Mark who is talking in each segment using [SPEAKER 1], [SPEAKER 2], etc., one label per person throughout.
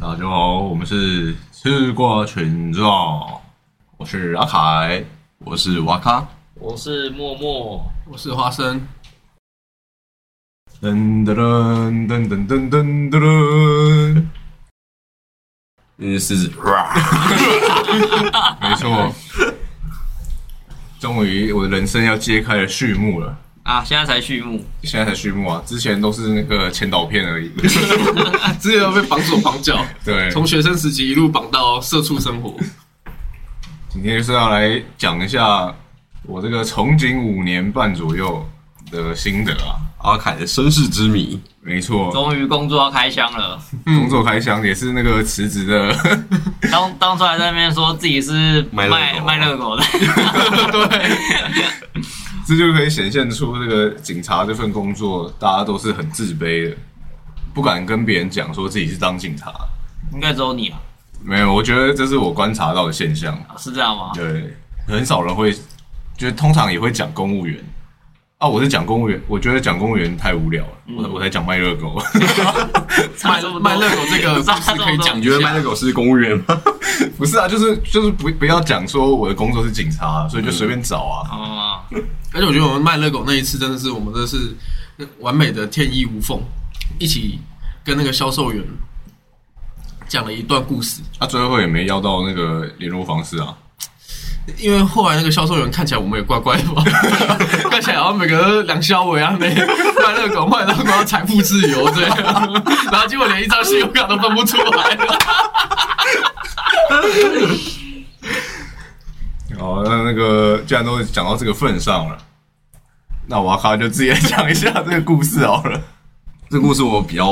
[SPEAKER 1] 大家好，我们是吃瓜群众，我是阿凯，我是瓦卡，
[SPEAKER 2] 我是默默，
[SPEAKER 3] 我是花生，
[SPEAKER 1] 噔噔噔噔噔噔噔噔噔，
[SPEAKER 4] 嗯，狮子，
[SPEAKER 1] 没错，终于我的人生要揭开了序幕了。
[SPEAKER 2] 啊，现在才序幕，
[SPEAKER 1] 现在才序幕啊，之前都是那个前导片而已。
[SPEAKER 3] 之前被绑手绑 脚，
[SPEAKER 1] 对，
[SPEAKER 3] 从学生时期一路绑到社畜生活。
[SPEAKER 1] 今天就是要来讲一下我这个从警五年半左右的心得啊。
[SPEAKER 4] 阿凯的身世之谜，
[SPEAKER 1] 没错，
[SPEAKER 2] 终于工作要开箱了。
[SPEAKER 1] 工作开箱也是那个辞职的，
[SPEAKER 2] 当当初还在那边说自己是
[SPEAKER 4] 卖
[SPEAKER 2] 卖
[SPEAKER 4] 热狗
[SPEAKER 2] 卖热狗的，
[SPEAKER 1] 这就可以显现出这个警察这份工作，大家都是很自卑的，不敢跟别人讲说自己是当警察。
[SPEAKER 2] 应该只有你啊，
[SPEAKER 1] 没有，我觉得这是我观察到的现象。
[SPEAKER 2] 是这样吗？
[SPEAKER 1] 对，很少人会，就是通常也会讲公务员。啊，我是讲公务员，我觉得讲公务员太无聊了，我我才讲卖热狗。
[SPEAKER 2] 差这么多
[SPEAKER 3] 卖卖热狗这 个
[SPEAKER 2] 差
[SPEAKER 3] 故事
[SPEAKER 2] 这么
[SPEAKER 3] 可以
[SPEAKER 2] 多
[SPEAKER 3] 讲
[SPEAKER 4] 你觉得卖那狗是公务员吗？
[SPEAKER 1] 不是啊，就是就是不不要讲说我的工作是警察，所以就随便找
[SPEAKER 4] 嗯
[SPEAKER 1] 啊。
[SPEAKER 2] 哦，
[SPEAKER 3] 而且我觉得我们卖热狗那一次真的是我们真的是完美的天衣无缝，一起跟那个销售员讲了一段故事。
[SPEAKER 1] 他、啊最后也没要到那个联络方式啊。
[SPEAKER 3] 因为后来那个销售员看起来我们也怪怪的 嘛，看起来好像每个都梁肖伟啊，每卖热狗卖热狗财富自由这样，然后结果连一张信用卡都分不出来。
[SPEAKER 4] 嗯
[SPEAKER 1] 哦，那那个既然都讲到这个份上了，那我要卡就自己来讲一下这个故事好 了。
[SPEAKER 4] 这故事我比较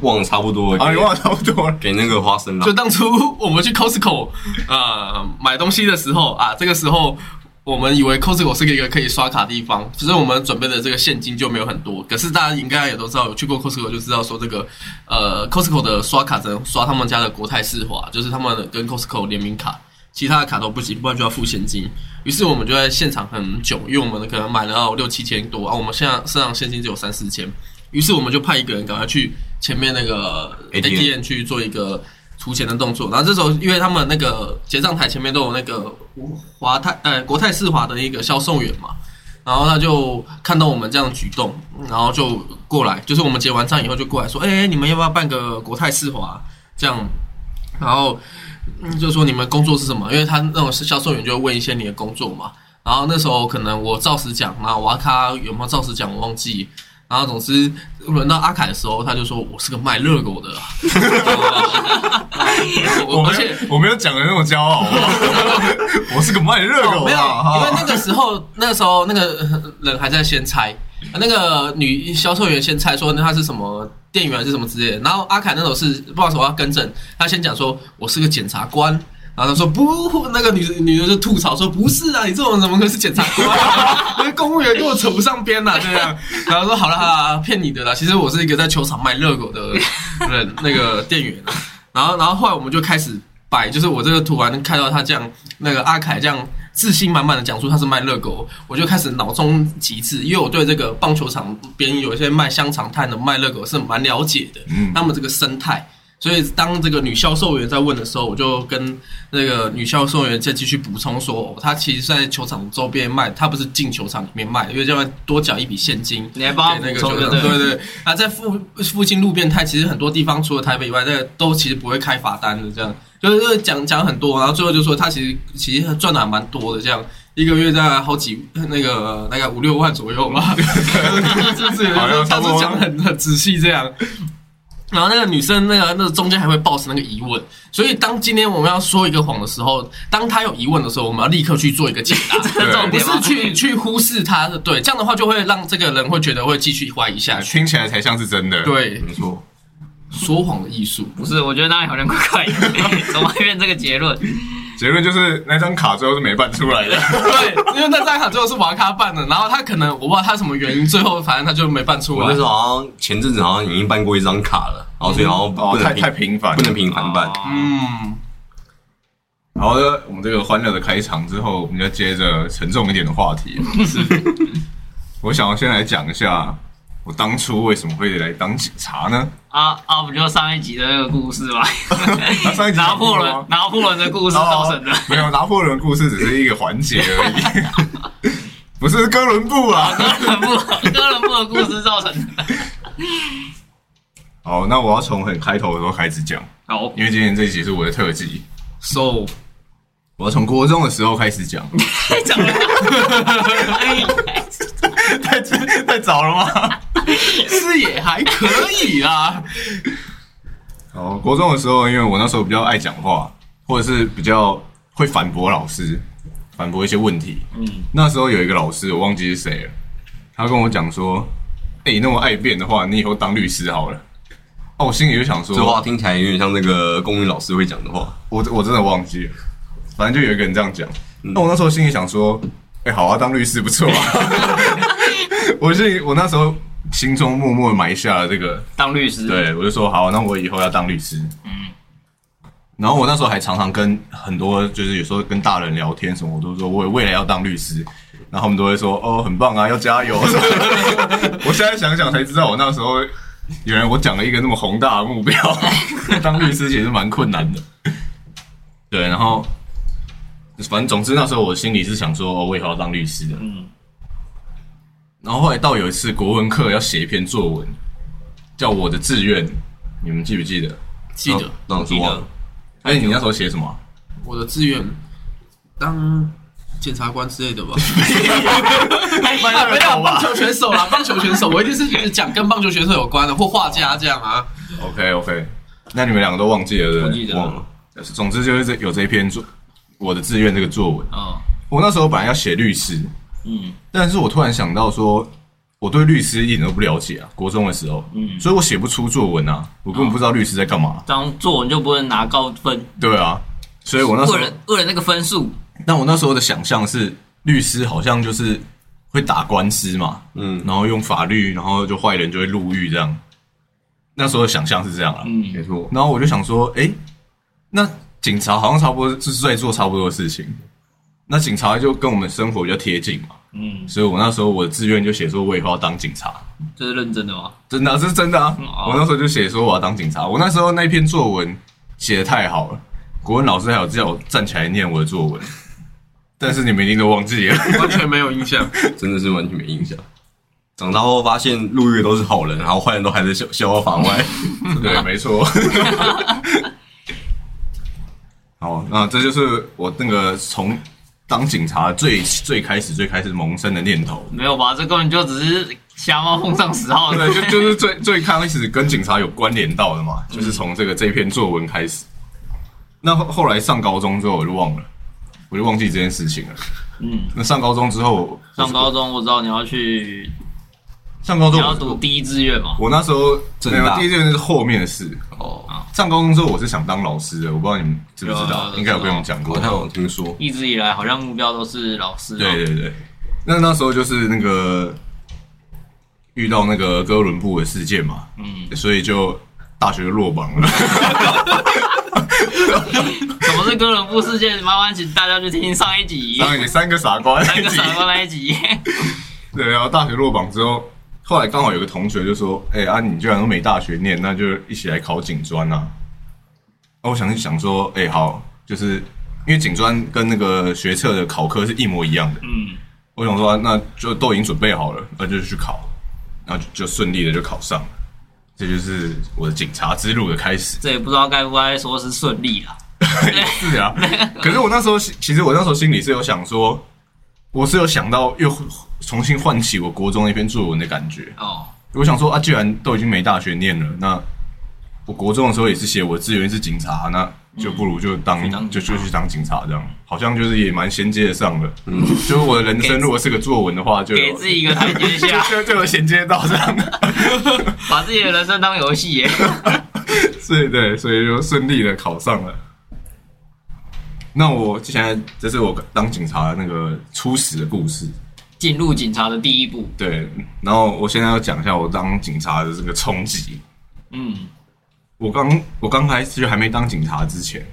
[SPEAKER 4] 忘得差不多了，
[SPEAKER 1] 啊，你
[SPEAKER 4] 给
[SPEAKER 1] 忘了差不多了。
[SPEAKER 4] 给那个花生啦
[SPEAKER 3] 就。当初我们去 Costco 呃买东西的时候啊，这个时候我们以为 Costco 是一个可以刷卡的地方，只是我们准备的这个现金就没有很多。可是大家应该也都知道，有去过 Costco 就知道说这个呃 Costco 的刷卡只能刷他们家的国泰世华，就是他们跟 Costco 联名卡。其他的卡都不行，不然就要付现金。于是我们就在现场很久，因为我们可能买了要六七千多啊，我们现在身上现金只有三四千，于是我们就派一个人赶快去前面那个
[SPEAKER 4] ATM
[SPEAKER 3] ATM 去做一个出钱的动作。然后这时候，因为他们那个结账台前面都有那个华泰呃国泰世华的一个销售员嘛，然后他就看到我们这样的举动，然后就过来，就是我们结完账以后就过来说，哎、你们要不要办个国泰世华这样？然后嗯就说你们工作是什么？因为他那种销售员就会问一些你的工作嘛。然后那时候可能我照实讲，然后瓦卡有没有照实讲我忘记。然后总之轮到阿凯的时候，他就说我是个卖热狗的啊。我我而且
[SPEAKER 1] 我没有讲的那么骄傲，好不好 我是个卖热狗
[SPEAKER 4] 哦
[SPEAKER 3] 没有，因为
[SPEAKER 1] 啊。
[SPEAKER 3] 那个时候，那时候那个人还在先猜，那个女销售员先猜说那她是什么店员还是什么之类的。然后阿凯那时候是不知道什么要更正，他先讲说我是个检察官，然后他说不，那个女女的就吐槽说不是啊，你这种人怎么可能是检察官、啊？那公务员跟我扯不上边呐、这样。然后说好了好了，骗你的啦，其实我是一个在球场卖热狗的人，那个店员、啊。然后，然后后来我们就开始摆，就是我这个突然看到他这样，那个阿凯这样自信满满的讲出他是卖热狗，我就开始脑中极致，因为我对这个棒球场边有一些卖香肠摊的卖热狗是蛮了解的，
[SPEAKER 1] 嗯
[SPEAKER 3] 他们这个生态。所以当这个女销售员在问的时候，我就跟那个女销售员再继续补充说，哦她其实在球场周边卖，她不是进球场里面卖的，因为这样多缴一笔现金，
[SPEAKER 2] 你还帮他
[SPEAKER 3] 给那
[SPEAKER 2] 补
[SPEAKER 3] 个
[SPEAKER 2] 充
[SPEAKER 3] 球
[SPEAKER 2] 就
[SPEAKER 3] 场
[SPEAKER 2] 对
[SPEAKER 3] 对
[SPEAKER 2] 了
[SPEAKER 3] 对，啊，在附附近路边摊，其实很多地方除了台北以外，这个都其实不会开罚单的，这样就是就是讲讲很多，然后最后就说他其实其实赚的还蛮多的，这样一个月大概好几那个大概五六万左右吧， 就是
[SPEAKER 1] 好像差
[SPEAKER 3] 他
[SPEAKER 1] 不
[SPEAKER 3] 是
[SPEAKER 1] 多
[SPEAKER 3] 讲得很很仔细这样。然后那个女生，那个那个中间还会抱持那个疑问，所以当今天我们要说一个谎的时候，当她有疑问的时候，我们要立刻去做一个解 答，
[SPEAKER 2] 这是重
[SPEAKER 3] 不
[SPEAKER 2] 点吗
[SPEAKER 3] 是去去忽视她的，对，这样的话就会让这个人会觉得会继续怀疑下去。
[SPEAKER 1] 听起来才像是真的。，
[SPEAKER 3] 对，
[SPEAKER 4] 没错，
[SPEAKER 3] 说谎的艺术。
[SPEAKER 2] 不是，我觉得那里好像怪怪的，怎么会变这个结论？
[SPEAKER 1] 结论就是那张卡最后是没办出来 的。
[SPEAKER 3] 对，因为那张卡最后是瓦卡办的，然后他可能我不知道他什么原因，最后反正他就没办出
[SPEAKER 4] 我
[SPEAKER 3] 来
[SPEAKER 4] 那时。候好像前阵子好像已经办过一张卡了，然后所以好像
[SPEAKER 1] 哦
[SPEAKER 4] 不，
[SPEAKER 1] 太
[SPEAKER 4] 能
[SPEAKER 1] 太
[SPEAKER 4] 频
[SPEAKER 1] 频繁，
[SPEAKER 4] 不能频繁办。
[SPEAKER 2] 哦
[SPEAKER 3] 嗯，
[SPEAKER 1] 然后呢，我们这个欢乐的开场之后，我们就 接着沉重一点的话题。是，我想要先来讲一下我当初为什么会来当警察呢？
[SPEAKER 2] 啊啊，不就上一集的那个故事吗？
[SPEAKER 1] 上一集
[SPEAKER 2] 拿
[SPEAKER 1] 讲
[SPEAKER 2] 破
[SPEAKER 1] 过吗
[SPEAKER 2] 仑拿破仑的故事造成的
[SPEAKER 1] 哦。没有拿破仑故事只是一个环节而已， 不是哥伦布啊。
[SPEAKER 2] 哥伦布，哥伦布的故事造成的。
[SPEAKER 1] 好，那我要从很开头的时候开始讲，
[SPEAKER 2] 好，
[SPEAKER 1] 因为今天这一集是我的特辑，
[SPEAKER 3] So，
[SPEAKER 1] 我要从国中的时候开始讲，
[SPEAKER 2] 太早 了。 哎
[SPEAKER 1] 太太早了吗？
[SPEAKER 3] 是也还可以啊啦。
[SPEAKER 1] 哦，国中的时候，因为我那时候比较爱讲话，或者是比较会反驳老师，反驳一些问题。嗯，那时候有一个老师，我忘记是谁了，他跟我讲说：“哎、你那么爱辩的话，你以后当律师好了。”哦，我心里就想说，
[SPEAKER 4] 这话听起来有点像那个公民老师会讲的话。
[SPEAKER 1] 我我真的忘记了，反正就有一个人这样讲。那我那时候心里想说，哎、好啊，当律师不错啊。 我是我那时候心中默默埋下了这个，
[SPEAKER 2] 当律师，，
[SPEAKER 1] 对我就说好，那我以后要当律师。嗯。然后我那时候还常常跟很多，就是有时候跟大人聊天什么，我都说我未来要当律师，然后他们都会说哦，很棒啊，要加油。 我现在想想才知道，我那时候原来我讲了一个那么宏大的目标， 当律师其实蛮困难的。对，然后反正总之那时候我心里是想说，哦，我以后要当律师的。
[SPEAKER 2] 嗯
[SPEAKER 1] 然后后来到有一次国文课要写一篇作文，叫我的志愿，你们记不记得？
[SPEAKER 3] 记得
[SPEAKER 4] 那我
[SPEAKER 3] 记
[SPEAKER 4] 说忘
[SPEAKER 3] 得
[SPEAKER 4] 了，
[SPEAKER 1] 哎、你那时候写什么啊？
[SPEAKER 3] 我的志愿当检察官之类的吧。啊没有棒球选手啦，棒球选手，我一定是讲跟棒球选手有关的，或画家这样啊。
[SPEAKER 1] OK OK，那你们两个都忘记了，对不
[SPEAKER 2] 我
[SPEAKER 1] 对？
[SPEAKER 2] 记得。
[SPEAKER 4] 忘了。
[SPEAKER 1] 总之就是这有这一篇作我的志愿这个作文，
[SPEAKER 2] 哦，
[SPEAKER 1] 我那时候本来要写律师，
[SPEAKER 2] 嗯
[SPEAKER 1] 但是我突然想到说，我对律师一点都不了解啊，国中的时候，
[SPEAKER 2] 嗯，
[SPEAKER 1] 所以我写不出作文啊，我根本不知道律师在干嘛。
[SPEAKER 2] 当作文就不能拿高 分，
[SPEAKER 1] 对啊，所以我那时
[SPEAKER 2] 为
[SPEAKER 1] 候
[SPEAKER 2] 了，为了那个分数，
[SPEAKER 1] 但我那时候的想象是，律师好像就是会打官司嘛，
[SPEAKER 4] 嗯，
[SPEAKER 1] 然后用法律，然后就坏人就会入狱这样。那时候的想象是这样啊，
[SPEAKER 2] 嗯
[SPEAKER 4] 没错。
[SPEAKER 1] 然后我就想说，诶，那警察好像差不多就是在做差不多的事情，那警察就跟我们生活比较贴近嘛，
[SPEAKER 2] 嗯，
[SPEAKER 1] 所以我那时候我的志愿就写说我以后要当警察，
[SPEAKER 2] 这是认真的吗？
[SPEAKER 1] 真的啊、这是真的啊！
[SPEAKER 2] 哦
[SPEAKER 1] 我那时候就写说我要当警察，我那时候那篇作文写的太好了，国文老师还有叫我站起来念我的作文，但是你们一定都忘记了。
[SPEAKER 3] 完全没有印象。
[SPEAKER 4] 真的是完全没印象。长大后发现入狱的都是好人，然后坏人都还在逍逍遥法外。
[SPEAKER 1] 对，没错。 好，那这就是我那个从当警察最最开始最开始萌生的念头。
[SPEAKER 2] 没有吧，这根本就只是瞎猫碰上死耗
[SPEAKER 1] 对，
[SPEAKER 2] 子。
[SPEAKER 1] 就 就是最最开始跟警察有关联到的嘛，就是
[SPEAKER 2] 嗯
[SPEAKER 1] 从这个这篇作文开始。那后后来上高中之后，我就忘了，我就忘记这件事情了。
[SPEAKER 2] 嗯，
[SPEAKER 1] 那上高中之后，
[SPEAKER 2] 上高中我知道你要去，
[SPEAKER 1] 上高
[SPEAKER 2] 你
[SPEAKER 1] 中
[SPEAKER 2] 要
[SPEAKER 1] 我
[SPEAKER 2] 读第一志愿嘛？
[SPEAKER 1] 我那时候
[SPEAKER 4] 正
[SPEAKER 1] 没有
[SPEAKER 4] 大
[SPEAKER 1] 第一志愿是后面的事。
[SPEAKER 4] 哦，
[SPEAKER 1] 上高中之后，我是想当老师的，我不知道你们知不知
[SPEAKER 2] 有啊
[SPEAKER 1] 道
[SPEAKER 2] 有，啊
[SPEAKER 1] 应该有跟我们讲过
[SPEAKER 4] 好。像有听说，
[SPEAKER 2] 一直以来好像目标都是老师嘛。啊
[SPEAKER 1] 对对对，那那时候就是那个遇到那个哥伦布的事件嘛，
[SPEAKER 2] 嗯，
[SPEAKER 1] 所以就大学就落榜了。
[SPEAKER 2] 什么是哥伦布事件？麻烦请大家去听听上一集，
[SPEAKER 1] 当然你三个傻 瓜那
[SPEAKER 2] 三
[SPEAKER 1] 一
[SPEAKER 2] 个
[SPEAKER 1] 集，
[SPEAKER 2] 傻瓜那 一集。
[SPEAKER 1] 对，然后大学落榜之后，后来刚好有个同学就说：“哎、啊，你居然都没大学念，那就一起来考警专啊。”啊，我想一想说：“哎、好，就是因为警专跟那个学测的考科是一模一样的。”
[SPEAKER 2] 嗯，
[SPEAKER 1] 我想说、啊那就都已经准备好了，那就去考，然后就就顺利的就考上了。这就是我的警察之路的开始。
[SPEAKER 2] 这也不知道该不该说是顺利啦。
[SPEAKER 1] 是啊，可是我那时候其实我那时候心里是有想说，我是有想到又重新唤起我国中那篇作文的感觉。
[SPEAKER 2] 哦，
[SPEAKER 1] 我想说啊，既然都已经没大学念了，那我国中的时候也是写我志愿是警察，那就不如就当、
[SPEAKER 2] 去当警察
[SPEAKER 1] 就就去当警察这样，好像就是也蛮衔接得上的。嗯，就是我的人生如果是个作文的话，就
[SPEAKER 2] 给
[SPEAKER 1] 有
[SPEAKER 2] 自己啊一个台阶
[SPEAKER 1] 就
[SPEAKER 2] 下，
[SPEAKER 1] 就就有衔接到这样，
[SPEAKER 2] 把自己的人生当游戏耶。
[SPEAKER 1] 所以对，所以就顺利的考上了。那我现在这是我当警察那个初始的故事，
[SPEAKER 2] 进入警察的第一步。
[SPEAKER 1] 对。然后我现在要讲一下我当警察的这个冲击。
[SPEAKER 2] 嗯，
[SPEAKER 1] 我刚我刚开始就还没当警察之前，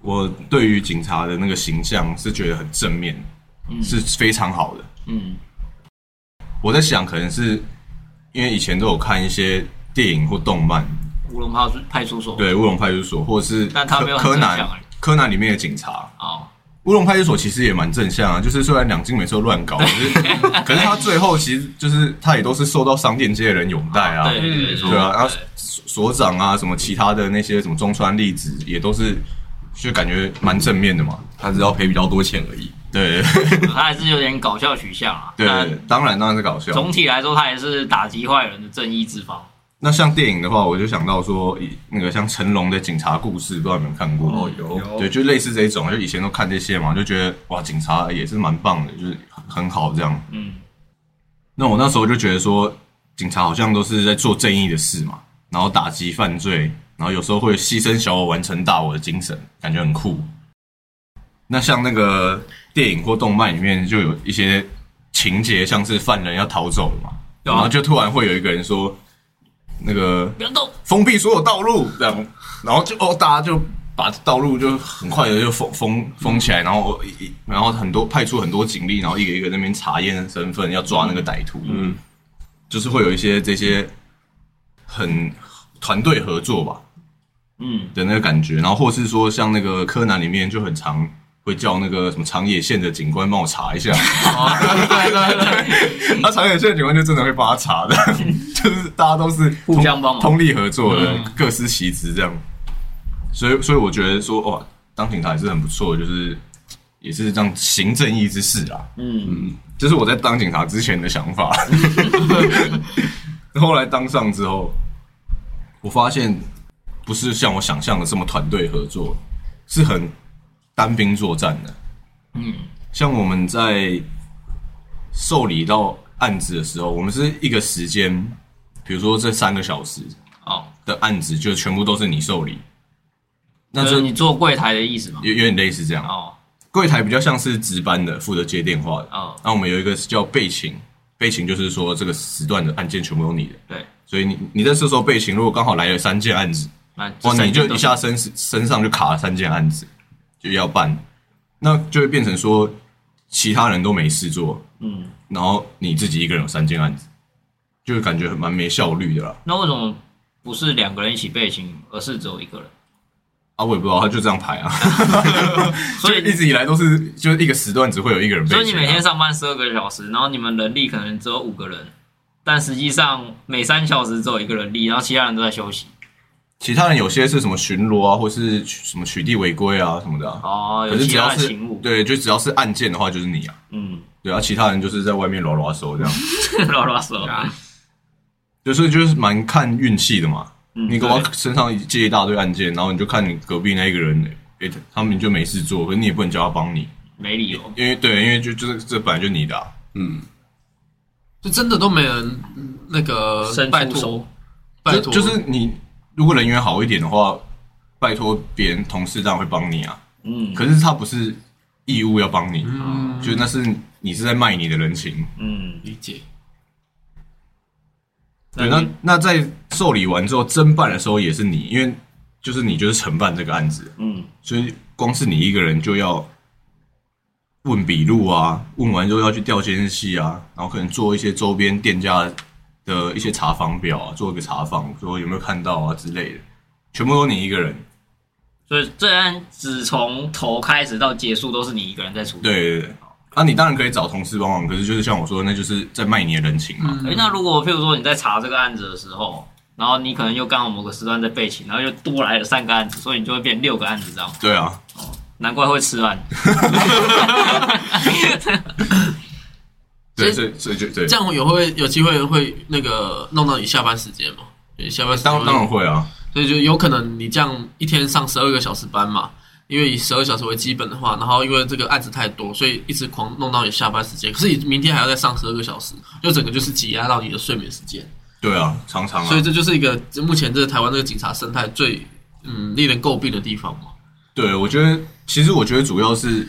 [SPEAKER 1] 我对于警察的那个形象是觉得很正面，是非常好的。
[SPEAKER 2] 嗯
[SPEAKER 1] 我在想，可能是因为以前都有看一些电影或动漫，
[SPEAKER 2] 乌龙派出派出所，，
[SPEAKER 1] 对《乌龙派出所》或者是
[SPEAKER 2] 但他没有
[SPEAKER 1] 柯柯
[SPEAKER 2] 很正向
[SPEAKER 1] 南
[SPEAKER 2] 而已，
[SPEAKER 1] 柯南里面的警察。
[SPEAKER 2] 哦，
[SPEAKER 1] 乌龙派出所其实也蛮正向啊，就是虽然两金每次都乱搞，可是 可是他最后其实就是他也都是受到商店街的人拥戴啊，
[SPEAKER 2] 对对
[SPEAKER 1] 对
[SPEAKER 4] 哦
[SPEAKER 1] 啊，然后所所长啊，什么其他的那些什么中川粒子也都是，就感觉蛮正面的嘛。
[SPEAKER 4] 他只要赔比较多钱而已。
[SPEAKER 1] 对
[SPEAKER 2] 他还是有点搞笑取向啊，但
[SPEAKER 1] 对，当然当然是搞笑。
[SPEAKER 2] 总体来说，他也是打击坏人的正义之方。
[SPEAKER 1] 那像电影的话，我就想到说，以那个像成龙的《警察故事》，不知道你们有没有看过？
[SPEAKER 4] 哦有有
[SPEAKER 1] 对，就类似这一种，就以前都看这些嘛，就觉得哇，警察也是蛮棒的，就是很好这样。
[SPEAKER 2] 嗯，
[SPEAKER 1] 那我那时候就觉得说，警察好像都是在做正义的事嘛，然后打击犯罪，然后有时候会牺牲小我完成大我的精神，感觉很酷。那像那个电影或动漫里面就有一些情节，像是犯人要逃走了嘛，
[SPEAKER 2] 有
[SPEAKER 1] 然
[SPEAKER 2] 啊
[SPEAKER 1] 后就突然会有一个人说，那个
[SPEAKER 2] 不要动，
[SPEAKER 1] 封闭所有道路，这样，然后就哦，大家就把道路就很快的就封封封起来，然后一一然后很多派出很多警力，然后一个一个在那边查验身份，要抓那个歹徒，
[SPEAKER 4] 嗯，
[SPEAKER 1] 就是会有一些这些很团队合作吧
[SPEAKER 2] 嗯，
[SPEAKER 1] 的那个感觉，然后或是说像那个柯南里面就很常会叫那个什么长野县的警官帮我查一下，
[SPEAKER 3] 哦，对对对，
[SPEAKER 1] 那长野县的警官就真的会帮他查 的，就是大家都是
[SPEAKER 2] 互
[SPEAKER 1] 通
[SPEAKER 2] 相帮忙
[SPEAKER 1] 通力合作的，
[SPEAKER 2] 嗯
[SPEAKER 1] 各司其职这样。所以，所以我觉得说，哇，当警察也是很不错，就是也是这样行正义之事啊。
[SPEAKER 2] 嗯，
[SPEAKER 1] 这、是我在当警察之前的想 法。后来当上之后，我发现不是像我想象的这么团队合作，是很单兵作战的。
[SPEAKER 2] 嗯，
[SPEAKER 1] 像我们在受理到案子的时候，我们是一个时间，比如说这三个小时
[SPEAKER 2] 哦，
[SPEAKER 1] 的案子，就全部都是你受理。那
[SPEAKER 2] 那
[SPEAKER 1] 这
[SPEAKER 2] 是你做柜台的意思吗？
[SPEAKER 1] 有有点类似这样，
[SPEAKER 2] 哦，
[SPEAKER 1] 柜台比较像是值班的，负责接电话的。
[SPEAKER 2] 哦，
[SPEAKER 1] 那我们有一个叫备勤，备勤就是说这个时段的案件全部都你的，
[SPEAKER 2] 对，
[SPEAKER 1] 所以你你在这时候备勤，如果刚好来了三件案子，
[SPEAKER 2] 那
[SPEAKER 1] 哇，
[SPEAKER 2] 这
[SPEAKER 1] 哦你就
[SPEAKER 2] 三件都
[SPEAKER 1] 一下身身上就卡了三件案子，就要办，那就会变成说其他人都没事做，
[SPEAKER 2] 嗯，
[SPEAKER 1] 然后你自己一个人有三件案子，就感觉很蛮没效率的啦。
[SPEAKER 2] 那为什么不是两个人一起背行，而是只有一个人？
[SPEAKER 1] 啊，我也不知道，他就这样排啊，
[SPEAKER 2] 所以
[SPEAKER 1] 一直以啊来都是就是一个时段只会有一个人被、啊。
[SPEAKER 2] 所以你每天上班十二个小时，然后你们人力可能只有五个人，但实际上每三小时只有一个人力，然后其他人都在休息。
[SPEAKER 1] 其他人有些是什么巡逻啊，或是取什么取缔违规啊什么的、啊，
[SPEAKER 2] 哦，有
[SPEAKER 1] 可是
[SPEAKER 2] 其
[SPEAKER 1] 只
[SPEAKER 2] 他
[SPEAKER 1] 要
[SPEAKER 2] 的
[SPEAKER 1] 是
[SPEAKER 2] 勤务，
[SPEAKER 1] 对，就只要是案件的话，就是你啊，
[SPEAKER 2] 嗯，
[SPEAKER 1] 对啊，其他人就是在外面拉拉手这样，
[SPEAKER 2] 啰啰嗦
[SPEAKER 3] 啊
[SPEAKER 2] 嗦，
[SPEAKER 1] 对，所以就是蛮看运气的嘛。
[SPEAKER 2] 嗯
[SPEAKER 1] 你搞不好
[SPEAKER 2] 对
[SPEAKER 1] 身上接一大堆案件，然后你就看你隔壁那一个人，诶、他们就没事做，可是你也不能叫他帮你，
[SPEAKER 2] 没理由。
[SPEAKER 1] 因为对，因为就就是这本来就你的、啊，
[SPEAKER 4] 嗯，
[SPEAKER 3] 就真的都没人嗯那个
[SPEAKER 2] 伸
[SPEAKER 3] 拜
[SPEAKER 2] 出
[SPEAKER 3] 托
[SPEAKER 2] 手，
[SPEAKER 3] 拜
[SPEAKER 1] 就
[SPEAKER 3] 托，
[SPEAKER 1] 就是你如果人缘好一点的话，拜托别人同事当然会帮你啊。
[SPEAKER 2] 嗯
[SPEAKER 1] 可是他不是义务要帮你，
[SPEAKER 3] 嗯，
[SPEAKER 1] 就那是你是在卖你的人情。
[SPEAKER 2] 嗯，
[SPEAKER 3] 理解。
[SPEAKER 1] 对，那那在受理完之后侦办的时候也是你，因为就是你就是承办这个案子，
[SPEAKER 2] 嗯
[SPEAKER 1] 所以光是你一个人就要问笔录啊，问完之后要去调监视器啊，然后可能做一些周边店家的一些查访表啊，做一个查访，说有没有看到啊之类的，全部都你一个人。
[SPEAKER 2] 所以这案只从头开始到结束都是你一个人在处理。
[SPEAKER 1] 对对对，啊，你当然可以找同事帮忙，可是就是像我说，那就是在卖你的人情
[SPEAKER 3] 嗯
[SPEAKER 1] 嘛。
[SPEAKER 2] 诶，那如果譬如说你在查这个案子的时候，然后你可能又刚好某个时段在备勤，然后又多来了三个案子，所以你就会变六个案子这样。
[SPEAKER 1] 对啊，
[SPEAKER 2] 难怪会吃案。
[SPEAKER 1] 对，
[SPEAKER 3] 所
[SPEAKER 1] 所以所以就对
[SPEAKER 3] 这，样有会有机会会那个弄到你下班时间吗？你下班时间
[SPEAKER 1] 当
[SPEAKER 3] 会
[SPEAKER 1] 当然会啊，
[SPEAKER 3] 所以就有可能你这样一天上十二个小时班嘛，因为以十二小时为基本的话，然后因为这个案子太多，所以一直狂弄到你下班时间。可是你明天还要再上十二个小时，就整个就是挤压到你的睡眠时间。
[SPEAKER 1] 对啊，常常啊
[SPEAKER 3] 所以，这就是一个目前这个台湾这个警察生态最嗯令人诟病的地方嘛。
[SPEAKER 1] 对我觉得其实我觉得主要是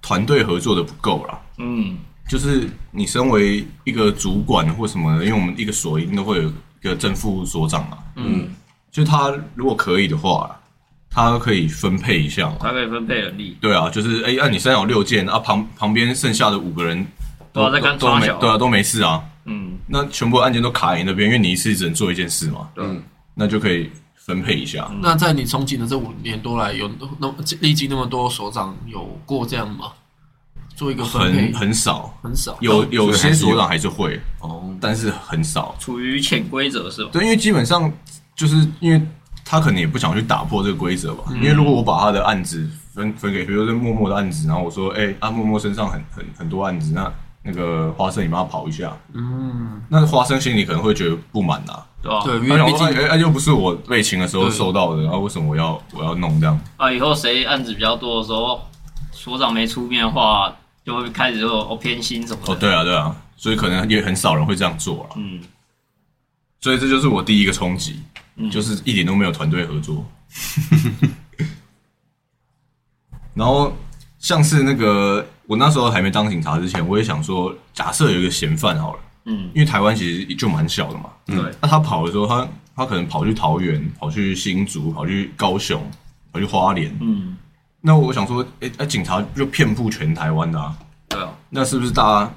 [SPEAKER 1] 团队合作的不够啦。
[SPEAKER 2] 嗯，
[SPEAKER 1] 就是你身为一个主管或什么的，因为我们一个所一定都会有一个正副所长嘛，
[SPEAKER 2] 嗯，
[SPEAKER 1] 就他如果可以的话，他可以分配一下嘛。
[SPEAKER 2] 才可以分配人力。
[SPEAKER 1] 对啊，就是哎，按、你身上有六件啊，旁旁边剩下的五个人
[SPEAKER 2] 都要在干
[SPEAKER 1] 都
[SPEAKER 2] 抓
[SPEAKER 1] 没
[SPEAKER 2] 小
[SPEAKER 1] 对啊，都没事啊，
[SPEAKER 2] 嗯，
[SPEAKER 1] 那全部案件都卡你那边，因为你一次只能做一件事嘛，
[SPEAKER 4] 嗯，
[SPEAKER 1] 那就可以分配一下。
[SPEAKER 3] 那在你从警的这五年多来，有那么历经那么多所长，有过这样吗？做一个分配
[SPEAKER 1] 很很少，
[SPEAKER 3] 很少，
[SPEAKER 1] 有有
[SPEAKER 4] 所以
[SPEAKER 1] 些
[SPEAKER 4] 还是有
[SPEAKER 1] 所长还是会，
[SPEAKER 4] 哦，
[SPEAKER 1] 但是很少。
[SPEAKER 2] 处于潜规则是吧？
[SPEAKER 1] 对，因为基本上就是因为他可能也不想去打破这个规则吧。
[SPEAKER 3] 嗯
[SPEAKER 1] 因为如果我把他的案子分分给，比如说默默的案子，然后我说，哎、啊，默默身上很很很多案子，那那个花生你帮他跑一下，
[SPEAKER 3] 嗯，
[SPEAKER 1] 那花生心里可能会觉得不满啊呐、
[SPEAKER 2] 对吧？
[SPEAKER 3] 对，因
[SPEAKER 1] 他想
[SPEAKER 3] 为毕
[SPEAKER 1] 说，哎、
[SPEAKER 3] 竟
[SPEAKER 1] 哎又不是我被擒的时候
[SPEAKER 3] 对
[SPEAKER 1] 受到的，然后为什么我要我要弄这样？
[SPEAKER 2] 啊，以后谁案子比较多的时候，所长没出面的话，就会开始就哦偏心什么的。
[SPEAKER 1] 哦，对啊，对啊，所以可能也很少人会这样做啊了。
[SPEAKER 2] 嗯，
[SPEAKER 1] 所以这就是我第一个冲击，
[SPEAKER 2] 嗯
[SPEAKER 1] 就是一点都没有团队合作。 然后像是那个我那时候还没当警察之前，我也想说，假设有一个嫌犯好了，
[SPEAKER 2] 嗯
[SPEAKER 1] 因为台湾其实就蛮小的嘛，
[SPEAKER 2] 嗯，对，
[SPEAKER 1] 那他跑的时候，他他可能跑去桃园，跑去新竹，跑去高雄，跑去花莲。
[SPEAKER 2] 嗯，
[SPEAKER 1] 那我想说，哎、哎，警察就遍布全台湾的啊，
[SPEAKER 2] 对啊，
[SPEAKER 1] 那是不是大家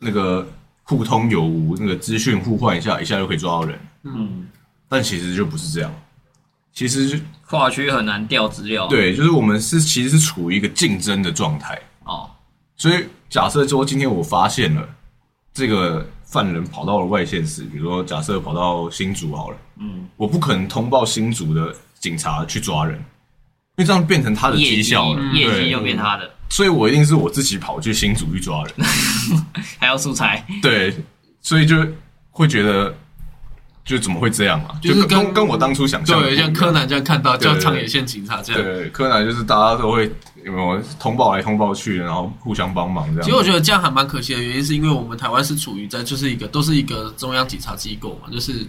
[SPEAKER 1] 那个互通有无，那个资讯互换一下，一下就可以抓到人？
[SPEAKER 2] 嗯，
[SPEAKER 1] 但其实就不是这样，其实就
[SPEAKER 2] 跨区很难调资料。，
[SPEAKER 1] 对，就是我们是其实是处于一个竞争的状态。
[SPEAKER 2] 哦，
[SPEAKER 1] 所以假设说今天我发现了这个犯人跑到了外县市，比如说假设跑到新竹好了，
[SPEAKER 2] 嗯，
[SPEAKER 1] 我不可能通报新竹的警察去抓人，因为这样变成他的
[SPEAKER 2] 业
[SPEAKER 1] 绩
[SPEAKER 2] 绩
[SPEAKER 1] 效了，
[SPEAKER 2] 业绩
[SPEAKER 1] 对
[SPEAKER 2] 又变他的，
[SPEAKER 1] 所以我一定是我自己跑去新竹去抓人，
[SPEAKER 2] 还要素材。
[SPEAKER 1] 对，所以就会觉得。就怎么会这样啊？
[SPEAKER 3] 就是
[SPEAKER 1] 跟
[SPEAKER 3] 跟
[SPEAKER 1] 跟我当初想象的不一
[SPEAKER 3] 对，
[SPEAKER 1] 样
[SPEAKER 3] 像柯南这样看到
[SPEAKER 1] 对
[SPEAKER 3] 叫
[SPEAKER 1] 对对
[SPEAKER 3] 长野县警察这样。
[SPEAKER 1] 对，啊柯南就是大家都会有没有通报来通报去，然后互相帮忙这样。
[SPEAKER 3] 其实我觉得这样还蛮可惜的，原因是因为我们台湾是处于在就是一个都是一个中央警察机构嘛，就是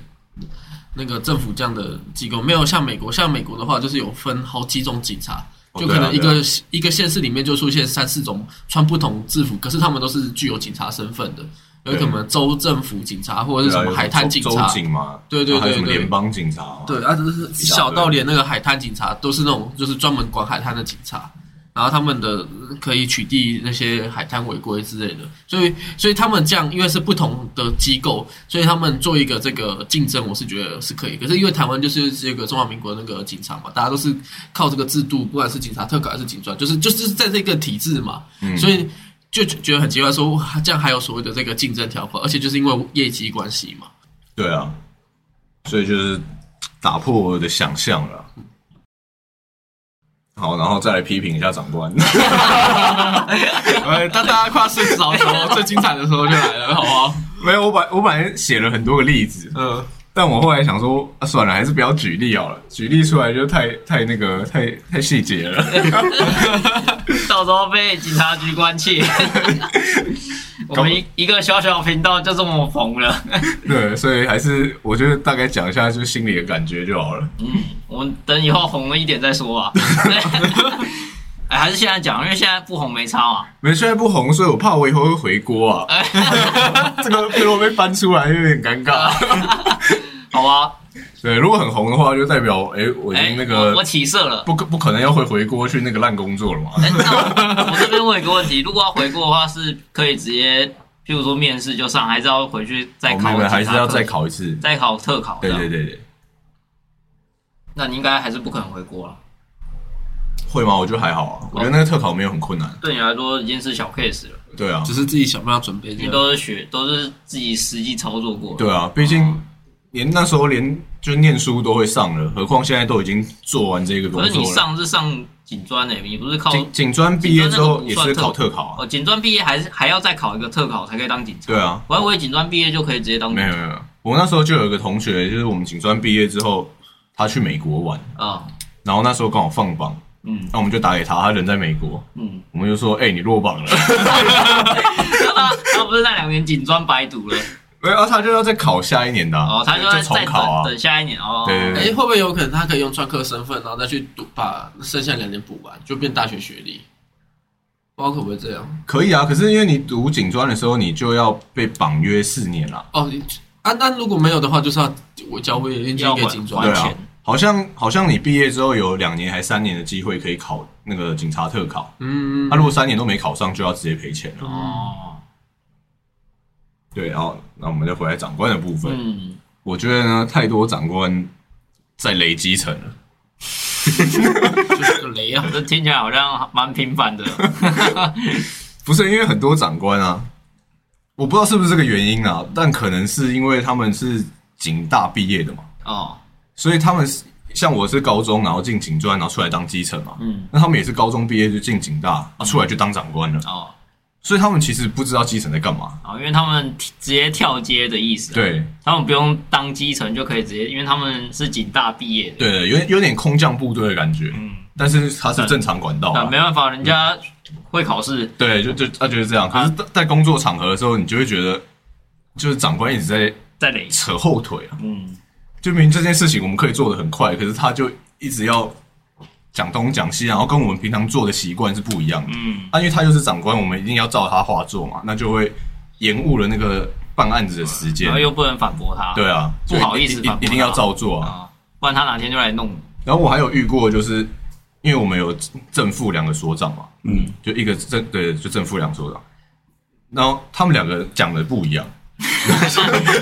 [SPEAKER 3] 那个政府这样的机构，没有像美国，像美国的话就是有分好几种警察，
[SPEAKER 1] 哦
[SPEAKER 3] 就
[SPEAKER 1] 对啊
[SPEAKER 3] 可能一
[SPEAKER 1] 对
[SPEAKER 3] 个、一个县市里面就出现三四种穿不同制服，可是他们都是具有警察身份的，有
[SPEAKER 1] 对
[SPEAKER 3] 可能州政府警察或者
[SPEAKER 1] 对
[SPEAKER 3] 是
[SPEAKER 1] 啊
[SPEAKER 3] 什么海滩警
[SPEAKER 1] 有州
[SPEAKER 3] 察
[SPEAKER 1] 州，警嘛，
[SPEAKER 3] 对对对
[SPEAKER 1] 然后还有什么
[SPEAKER 3] 对
[SPEAKER 1] 联邦警察嘛，
[SPEAKER 3] 对啊，就是
[SPEAKER 1] 一大堆
[SPEAKER 3] 小到连那个海滩警察都是那种就是专门管海滩的警察，然后他们的呃可以取缔那些海滩违规之类的，所以所以他们这样因为是不同的机构，所以他们做一个这个竞争，我是觉得是可以。可是因为台湾就是这个中华民国那个警察嘛，大家都是靠这个制度，不管是警察特改还是警专，就是就是在这个体制嘛，
[SPEAKER 1] 嗯
[SPEAKER 3] 所以就觉得很奇怪说，哇这样还有所谓的这个竞争条款，而且就是因为业绩关系嘛。
[SPEAKER 1] 对啊，所以就是打破我的想象了。好，然后再来批评一下长官。
[SPEAKER 3] 哎，当大家快要睡着的时候，哦最精彩的时候就来了，好不好？
[SPEAKER 1] 没有，我本我本来写了很多个例子，
[SPEAKER 3] 嗯，
[SPEAKER 1] 但我后来想说，啊、算了，还是不要举例好了，举例出来就太太那个太太细节了。
[SPEAKER 2] 到时候被警察局 关切。我们一一个小小频道就这么红了，
[SPEAKER 1] 对，所以还是我觉得大概讲一下就是心里的感觉就好了。
[SPEAKER 2] 我们等以后红了一点再说吧。 哎，还是现在讲，因为现在不红没差嘛。
[SPEAKER 1] 没，现在不红，所以我怕我以后会回锅啊。
[SPEAKER 2] 哎
[SPEAKER 1] 这个被我被搬出来有点尴
[SPEAKER 2] 啊
[SPEAKER 1] 尬。
[SPEAKER 2] 好吧，
[SPEAKER 1] 对，如果很红的话，就代表哎、我已
[SPEAKER 2] 哎，
[SPEAKER 1] 经那
[SPEAKER 2] 我我
[SPEAKER 1] 个
[SPEAKER 2] 起色了。
[SPEAKER 1] 不可不可能要会回锅去那个烂工作了嘛。
[SPEAKER 2] 哎，那我我这边问一个问题，如果要回国的话，是可以直接，譬如说面试就上，还是要回去再
[SPEAKER 1] 我
[SPEAKER 2] 考？
[SPEAKER 1] 们哦还是要再，考一次。
[SPEAKER 2] 再考特考。
[SPEAKER 1] 对对，对对，
[SPEAKER 2] 那你应该还是不可能回国了。
[SPEAKER 1] 会吗？我觉得还好
[SPEAKER 2] 哦
[SPEAKER 1] 啊，我觉得那个特考没有很困难。
[SPEAKER 2] 对你来说已经是小 case 了，
[SPEAKER 1] 对啊
[SPEAKER 3] 只，是自己想办法准备这
[SPEAKER 2] 你
[SPEAKER 3] 样。
[SPEAKER 2] 都是学，都是自己实际操作过。
[SPEAKER 1] 对啊，毕竟连那时候连就念书都会上了，何况现在都已经做完这个工
[SPEAKER 2] 可是你
[SPEAKER 1] 作了。
[SPEAKER 2] 上是上警专诶，你不是靠
[SPEAKER 1] 警警专毕业之后也是考特考啊。
[SPEAKER 2] 哦警专毕业还是还要再考一个特考才可以当警察？
[SPEAKER 1] 对啊，
[SPEAKER 2] 我还以为警专毕业就可以直接当警
[SPEAKER 1] 没有
[SPEAKER 2] 察
[SPEAKER 1] 没有，没有，我那时候就有一个同学，就是我们警专毕业之后，他去美国玩，
[SPEAKER 2] 啊，
[SPEAKER 1] 然后那时候刚好放榜，
[SPEAKER 2] 嗯
[SPEAKER 1] 那我们就打给他，他人在美国，
[SPEAKER 2] 嗯，
[SPEAKER 1] 我们就说，哎、你落榜了，
[SPEAKER 2] 他他不是那两年警专白读了，
[SPEAKER 1] 没有，啊他就要再考下一年的、啊，
[SPEAKER 2] 哦，他就
[SPEAKER 1] 就
[SPEAKER 2] 在
[SPEAKER 1] 重
[SPEAKER 2] 再
[SPEAKER 1] 考
[SPEAKER 2] 等
[SPEAKER 1] 啊，
[SPEAKER 2] 等下一年哦，
[SPEAKER 1] 对对
[SPEAKER 3] 哎、
[SPEAKER 1] 对
[SPEAKER 3] 会不会有可能他可以用专科身份，然后再去读，把剩下两年补完，就变大学学历？不知道可不可以这样？
[SPEAKER 1] 可以啊，可是因为你读警专的时候，你就要被绑约四年啦，
[SPEAKER 3] 哦，你啊，那如果没有的话，就是要我交会进
[SPEAKER 2] 要
[SPEAKER 3] 去给
[SPEAKER 2] 还
[SPEAKER 3] 警
[SPEAKER 2] 完
[SPEAKER 1] 对
[SPEAKER 3] 专。
[SPEAKER 1] 啊
[SPEAKER 2] 全，
[SPEAKER 1] 好像好像你毕业之后有两年还三年的机会可以考那个警察特考，啊
[SPEAKER 3] 嗯
[SPEAKER 1] 他、，如果三年都没考上，就要直接赔钱了。
[SPEAKER 2] 哦，
[SPEAKER 1] 对，然后那我们再回来长官的部分，
[SPEAKER 2] 嗯，
[SPEAKER 1] 我觉得呢，太多长官在雷基层了。
[SPEAKER 3] 就是个雷啊！
[SPEAKER 2] 这听起来好像蛮频 繁的。
[SPEAKER 1] 不是因为很多长官啊，我不知道是不是这个原因啊，但可能是因为他们是警大毕业的嘛，
[SPEAKER 2] 哦，
[SPEAKER 1] 所以他们是像我是高中，然后进警专，然后出来当基层嘛。
[SPEAKER 2] 嗯，
[SPEAKER 1] 那他们也是高中毕业就进警大，啊、出来就当长官了，
[SPEAKER 2] 哦，
[SPEAKER 1] 所以他们其实不知道基层在干嘛。
[SPEAKER 2] 哦，因为他们直接跳阶的意思、，啊
[SPEAKER 1] 对
[SPEAKER 2] 他们不用当基层就可以直接，因为他们是警大毕业的，
[SPEAKER 1] 对，有点有点空降部队的感觉，
[SPEAKER 2] 嗯，
[SPEAKER 1] 但是他是正常管道、
[SPEAKER 2] 那
[SPEAKER 1] 啊
[SPEAKER 2] 没。办法，人家会考试，
[SPEAKER 1] 对，就就他就是这样。可
[SPEAKER 2] 啊
[SPEAKER 1] 是在，在工作场合的时候，你就会觉得，就是长官一直在
[SPEAKER 2] 再累，
[SPEAKER 1] 扯后腿啊。
[SPEAKER 2] 嗯，
[SPEAKER 1] 就明明这件事情我们可以做的很快，可是他就一直要讲东讲西，然后跟我们平常做的习惯是不一样的。
[SPEAKER 2] 嗯，
[SPEAKER 1] 啊，因为他就是长官，我们一定要照他话做嘛，那就会延误了那个办案子的时间
[SPEAKER 2] 然后。又不能反驳他，
[SPEAKER 1] 对啊，
[SPEAKER 2] 不
[SPEAKER 1] 就一
[SPEAKER 2] 好意思
[SPEAKER 1] 一
[SPEAKER 2] 反驳
[SPEAKER 1] 一
[SPEAKER 2] 他
[SPEAKER 1] 定要照做啊。
[SPEAKER 2] 啊，不然他哪天就来弄你，
[SPEAKER 1] 然后我还有遇过，就是因为我们有正副两个所长嘛，
[SPEAKER 4] 嗯，
[SPEAKER 1] 就一个正对，就正副两个所长，然后他们两个讲的不一样，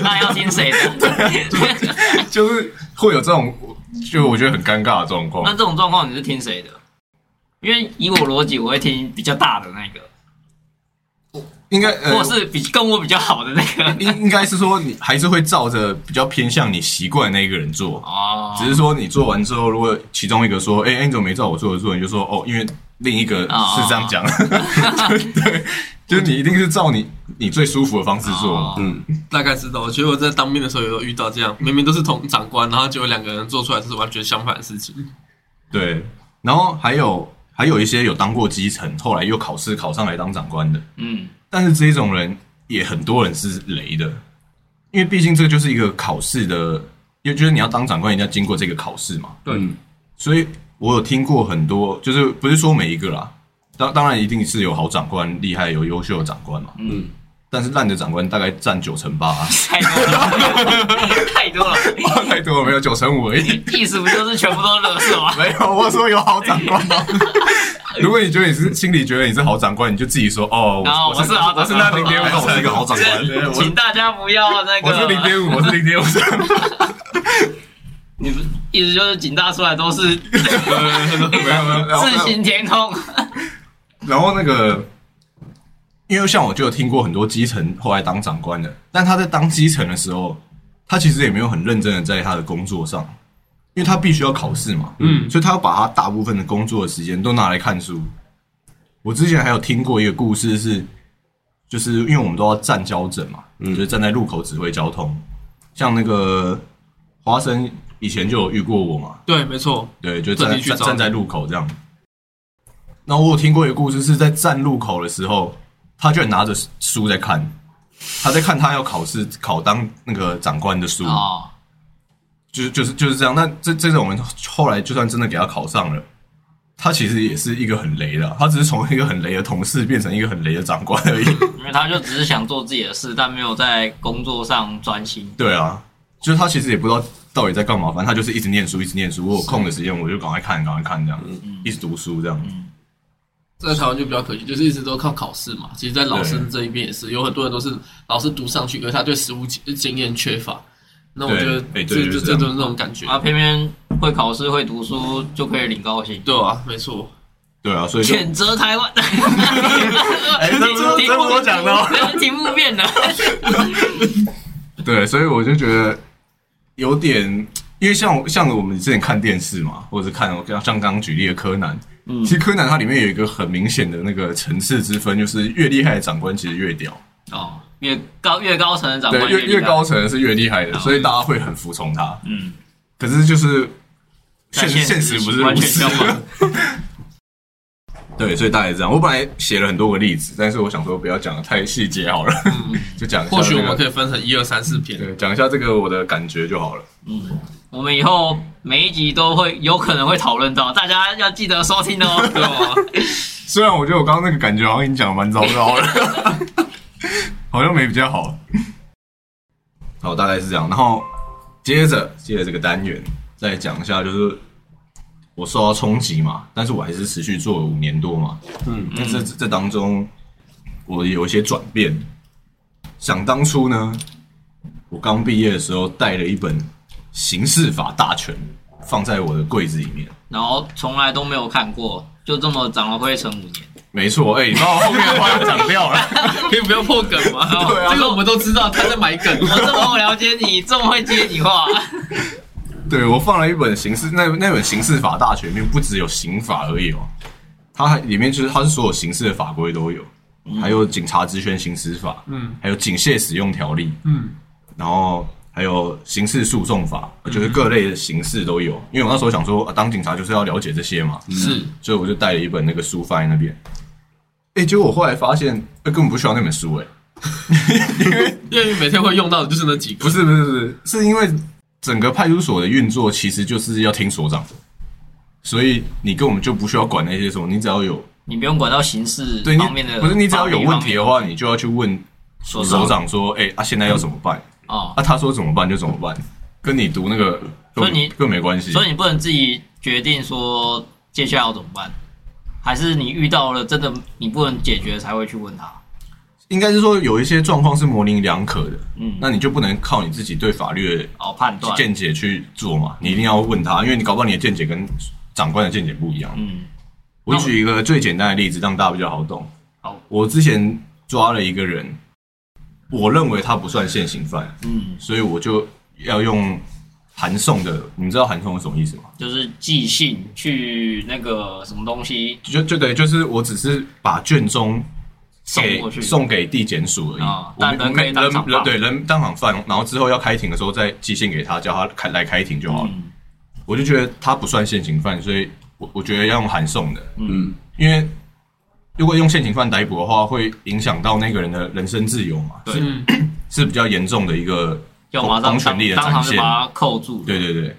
[SPEAKER 2] 那要听 谁的？
[SPEAKER 1] 就是会有这种就我觉得很尴尬的状
[SPEAKER 2] 那
[SPEAKER 1] 况。
[SPEAKER 2] 这种状况你是听谁的？因为以我逻辑，我会听比较大的那个，
[SPEAKER 1] 应该
[SPEAKER 2] 或
[SPEAKER 1] 呃
[SPEAKER 2] 者是比跟我比较好的那 个。
[SPEAKER 1] 应应该是说你还是会照着比较偏向你习惯的那一个人做，
[SPEAKER 2] 哦，
[SPEAKER 1] 只是说你做完之后，如果其中一个说：“哎、a n g e l 没照我做的做”，你就说：“哦，因为另一个
[SPEAKER 2] 哦
[SPEAKER 1] 是这样讲。 对，就是你一定是照你你最舒服的方式做嘛。
[SPEAKER 2] 哦
[SPEAKER 4] 嗯，
[SPEAKER 3] 大概知道，我觉得我在当兵的时候有遇到这样，明明都是同长官，然后结果两个人做出来是完全相反的事情。
[SPEAKER 1] 对，然后还有还有一些有当过基层，后来又考试考上来当长官的，
[SPEAKER 2] 嗯，
[SPEAKER 1] 但是这种人也很多人是雷的，因为毕竟这就是一个考试的，因为就是你要当长官，一定要经过这个考试嘛。
[SPEAKER 2] 对
[SPEAKER 4] 嗯
[SPEAKER 1] 所以我有听过很多，就是不是说每一个啦，当当然一定是有好长官、厉害、有优秀的长官嘛，
[SPEAKER 4] 嗯，
[SPEAKER 1] 但是烂的长官大概占九成八、啊
[SPEAKER 2] 太多了，太多了。
[SPEAKER 1] 太多了没有九成五而已。
[SPEAKER 2] 意思不就是全部都乐色吗？
[SPEAKER 1] 没有，我说有好长官吗？ 如果你觉得你是心里觉得你是好长官，你就自己说哦，
[SPEAKER 2] 啊
[SPEAKER 1] 我
[SPEAKER 2] 我是好
[SPEAKER 1] 我
[SPEAKER 2] 长官
[SPEAKER 1] 是那零点
[SPEAKER 4] 那
[SPEAKER 1] 五，
[SPEAKER 4] 我是一个好长官，
[SPEAKER 1] 对，我
[SPEAKER 2] 请大家不要那 个。
[SPEAKER 1] 我是零点五，我是零 点五。
[SPEAKER 2] 你们意思就是警大出来都是
[SPEAKER 1] 没有没有，然后
[SPEAKER 2] 自行填空。
[SPEAKER 1] 然后那个，因为像我就有听过很多基层后来当长官的，但他在当基层的时候，他其实也没有很认真的在他的工作上，因为他必须要考试嘛，
[SPEAKER 3] 嗯，
[SPEAKER 1] 所以他要把他大部分的工作的时间都拿来看书。我之前还有听过一个故事是，就是因为我们都要站交整嘛，
[SPEAKER 4] 嗯
[SPEAKER 1] 就是站在路口指挥交通，像那个华生以前就有遇过我嘛，
[SPEAKER 3] 对，没错，
[SPEAKER 1] 对，就
[SPEAKER 3] 特
[SPEAKER 1] 站
[SPEAKER 3] 地去
[SPEAKER 1] 站
[SPEAKER 3] 找
[SPEAKER 1] 站在路口这样。那我有听过一个故事，是在站路口的时候，他居然拿着书在看，他在看他要考试考当那个长官的书，
[SPEAKER 2] 哦，
[SPEAKER 1] 就是就是就是这样。那这这种人后来就算真的给他考上了，他其实也是一个很雷的，啊他只是从一个很雷的同事变成一个很雷的长官而已。
[SPEAKER 2] 因为他就只是想做自己的事，但没有在工作上专心。
[SPEAKER 1] 对啊，就是他其实也不知道到底在干嘛，反正他就是一直念书，一直念书。我有空的时间我就赶快看，赶快看这样，
[SPEAKER 3] 嗯
[SPEAKER 1] 一直读书这样。
[SPEAKER 3] 在台湾就比较可惜，就是一直都靠考试嘛。其实，在老师这一边也是，有很多人都是老师读上去，可是他对实务经经验缺乏。那我觉得
[SPEAKER 1] 对哎
[SPEAKER 3] 这
[SPEAKER 1] 对
[SPEAKER 3] 这
[SPEAKER 1] 就是这
[SPEAKER 3] 这
[SPEAKER 1] 样
[SPEAKER 3] 都是那种感觉，
[SPEAKER 2] 啊，偏偏会考试、会读书就可以领高薪，
[SPEAKER 3] 对啊，没错。
[SPEAKER 1] 对啊，所以就
[SPEAKER 2] 谴责台湾。
[SPEAKER 1] 哎这不 是这不是我讲的哦
[SPEAKER 2] 题目变了。
[SPEAKER 1] 对，所以我就觉得有点，因为像我像我们之前看电视嘛，或者是看我刚像刚刚举例的柯南，
[SPEAKER 2] 嗯
[SPEAKER 1] 其实柯南它里面有一个很明显的那个层次之分，就是越厉害的长官其实越屌，
[SPEAKER 2] 哦，越高啊越高层的长
[SPEAKER 1] 对，
[SPEAKER 2] 官
[SPEAKER 1] 越
[SPEAKER 2] 厉害啊
[SPEAKER 1] 越高，层的是越厉害的，所以大家会很服从他。
[SPEAKER 2] 嗯，
[SPEAKER 1] 可是就是现
[SPEAKER 2] 在现
[SPEAKER 1] 现
[SPEAKER 2] 实
[SPEAKER 1] 实不是
[SPEAKER 2] 完
[SPEAKER 1] 如
[SPEAKER 2] 全
[SPEAKER 1] 此
[SPEAKER 2] 相反。
[SPEAKER 1] 对，所以大概是这样。我本来写了很多个例子，但是我想说不要讲的太细节好了，
[SPEAKER 2] 嗯
[SPEAKER 1] 就讲一下
[SPEAKER 3] 或许
[SPEAKER 1] 这
[SPEAKER 3] 我
[SPEAKER 1] 个
[SPEAKER 3] 们可以分成一二三四篇。
[SPEAKER 1] 对讲一下这个我的感觉就好了。
[SPEAKER 2] 嗯，我们以后每一集都会有可能会讨论到，大家要记得收听哦。 对吧？
[SPEAKER 1] 虽然我觉得我刚刚那个感觉好像已经讲得蛮糟糕了， 好像没比较好。好，大概是这样。然后接着接着这个单元再讲一下，就是我受到冲击嘛，但是我还是持续做了五年多嘛。嗯，那这这当中我有一些转变，想当初呢，我刚毕业的时候带了一本《刑事法大全》放在我的柜子里面。
[SPEAKER 2] 然后从来都没有看过，就这么长了灰尘五年。
[SPEAKER 1] 没错，哎、你把我后面的话又讲掉了。
[SPEAKER 3] 可以不要破梗吗？
[SPEAKER 2] 对
[SPEAKER 1] 啊
[SPEAKER 3] 这个我们都知道，他在 埋梗。
[SPEAKER 2] 我这 么了解你，这么会接你话，
[SPEAKER 1] 对我放了一本刑事那那本《刑事法大全》里面不只有刑法而已哦，它还里面就是它是所有刑事的法规都有，还有警察职权行使法，嗯，还有警械使用条例，
[SPEAKER 3] 嗯，
[SPEAKER 1] 然后还有刑事诉讼法，就是各类的刑事都有。因为我那时候想说，啊、当警察就是要了解这些嘛，
[SPEAKER 3] 嗯是
[SPEAKER 1] 所以我就带了一本那个书放在那边。哎、结果我后来发现，呃根本不需要那本书、哎，
[SPEAKER 3] 因为每天会用到的就是那几个
[SPEAKER 1] 不。是不是不是，是因为整个派出所的运作其实就是要听所长，所以你根本就不需要管那些什么，你只要有
[SPEAKER 2] 你不用管到刑事
[SPEAKER 1] 对你
[SPEAKER 2] 方面的，
[SPEAKER 1] 不是你只要有问题的话，你就要去问
[SPEAKER 2] 所长
[SPEAKER 1] 所长说，哎、啊现在要怎么办？
[SPEAKER 2] 哦，
[SPEAKER 1] 啊他说怎么办就怎么办，跟你读那个
[SPEAKER 2] 所以你
[SPEAKER 1] 更没关系。
[SPEAKER 2] 所以你不能自己决定说接下来要怎么办，还是你遇到了真的你不能解决才会去问他。
[SPEAKER 1] 应该是说有一些状况是模棱两可的，
[SPEAKER 2] 嗯，
[SPEAKER 1] 那你就不能靠你自己对法律的
[SPEAKER 2] 哦，判断，
[SPEAKER 1] 见解去做嘛，你一定要问他，因为你搞不好你的见解跟长官的见解不一样。
[SPEAKER 2] 嗯，
[SPEAKER 1] 我举一个最简单的例子，让大家比较好懂。
[SPEAKER 2] 好，
[SPEAKER 1] 我之前抓了一个人，我认为他不算现行犯，
[SPEAKER 2] 嗯，
[SPEAKER 1] 所以我就要用函送的。你们知道函送是什么意思吗？
[SPEAKER 2] 就是寄信去那个什么东西
[SPEAKER 1] 就就对，就是我只是把卷宗
[SPEAKER 2] 送
[SPEAKER 1] 给
[SPEAKER 2] 过去，嗯
[SPEAKER 1] 送给地检署而已。
[SPEAKER 2] 啊
[SPEAKER 1] 我
[SPEAKER 2] 但
[SPEAKER 1] 们
[SPEAKER 2] 人可以当场
[SPEAKER 1] 人人
[SPEAKER 2] 放
[SPEAKER 1] 对人当场犯，然后之后要开庭的时候再寄信给他，叫他开来开庭就好了。
[SPEAKER 2] 嗯
[SPEAKER 1] 我就觉得他不算现行犯，所以我我觉得要用函送的。
[SPEAKER 4] 嗯，
[SPEAKER 1] 因为如果用现行犯逮捕的话，会影响到那个人的人身自由嘛，
[SPEAKER 2] 对
[SPEAKER 3] 嗯，
[SPEAKER 1] 是比较严重的一个
[SPEAKER 2] 要马上
[SPEAKER 1] 公权
[SPEAKER 2] 当
[SPEAKER 1] 力的
[SPEAKER 2] 当
[SPEAKER 1] 展
[SPEAKER 2] 场就
[SPEAKER 1] 现。
[SPEAKER 2] 把它扣住。
[SPEAKER 1] 对对对，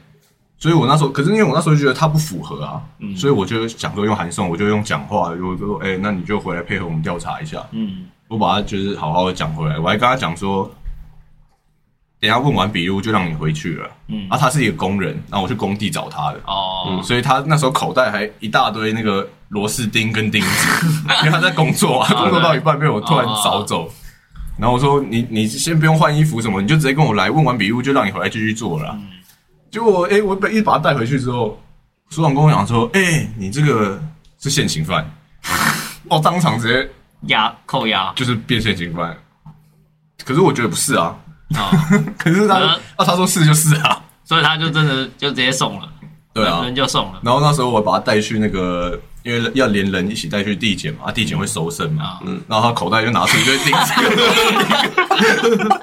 [SPEAKER 1] 所以我那时候，可是因为我那时候就觉得他不符合啊，
[SPEAKER 2] 嗯
[SPEAKER 1] 所以我就想说用函送，我就用讲话，我就说，哎、那你就回来配合我们调查一下。
[SPEAKER 2] 嗯，
[SPEAKER 1] 我把他就是好好的讲回来，我还跟他讲说，等一下问完笔录就让你回去了。
[SPEAKER 2] 嗯
[SPEAKER 1] 啊，他是一个工人，那我去工地找他的。
[SPEAKER 2] 哦，
[SPEAKER 1] 所以他那时候口袋还一大堆那个螺丝钉跟钉 子，因为他在工作啊，
[SPEAKER 2] 啊
[SPEAKER 1] 工作到一半被我突然扫走。然后我说你你先不用换衣服什么，你就直接跟我来，问完笔录就让你回来继续做了啊、
[SPEAKER 2] 嗯
[SPEAKER 1] 结果诶，我被一把他带回去之后，所长跟我讲说，诶，你这个是现行 犯，哦，当场直接
[SPEAKER 2] 压扣押
[SPEAKER 1] 就是变现行犯。可是我觉得不是啊，
[SPEAKER 2] 啊，
[SPEAKER 1] 可是他就
[SPEAKER 2] 啊
[SPEAKER 1] 啊他说是就是啊，
[SPEAKER 2] 所以他就真的就直接送了，
[SPEAKER 1] 对啊，
[SPEAKER 2] 人就送了
[SPEAKER 1] 然后那时候我把他带去那个，因为要连人一起带去地检嘛，啊，地检会搜身嘛，嗯
[SPEAKER 2] 啊，
[SPEAKER 1] 然后他口袋就拿出一堆钉子，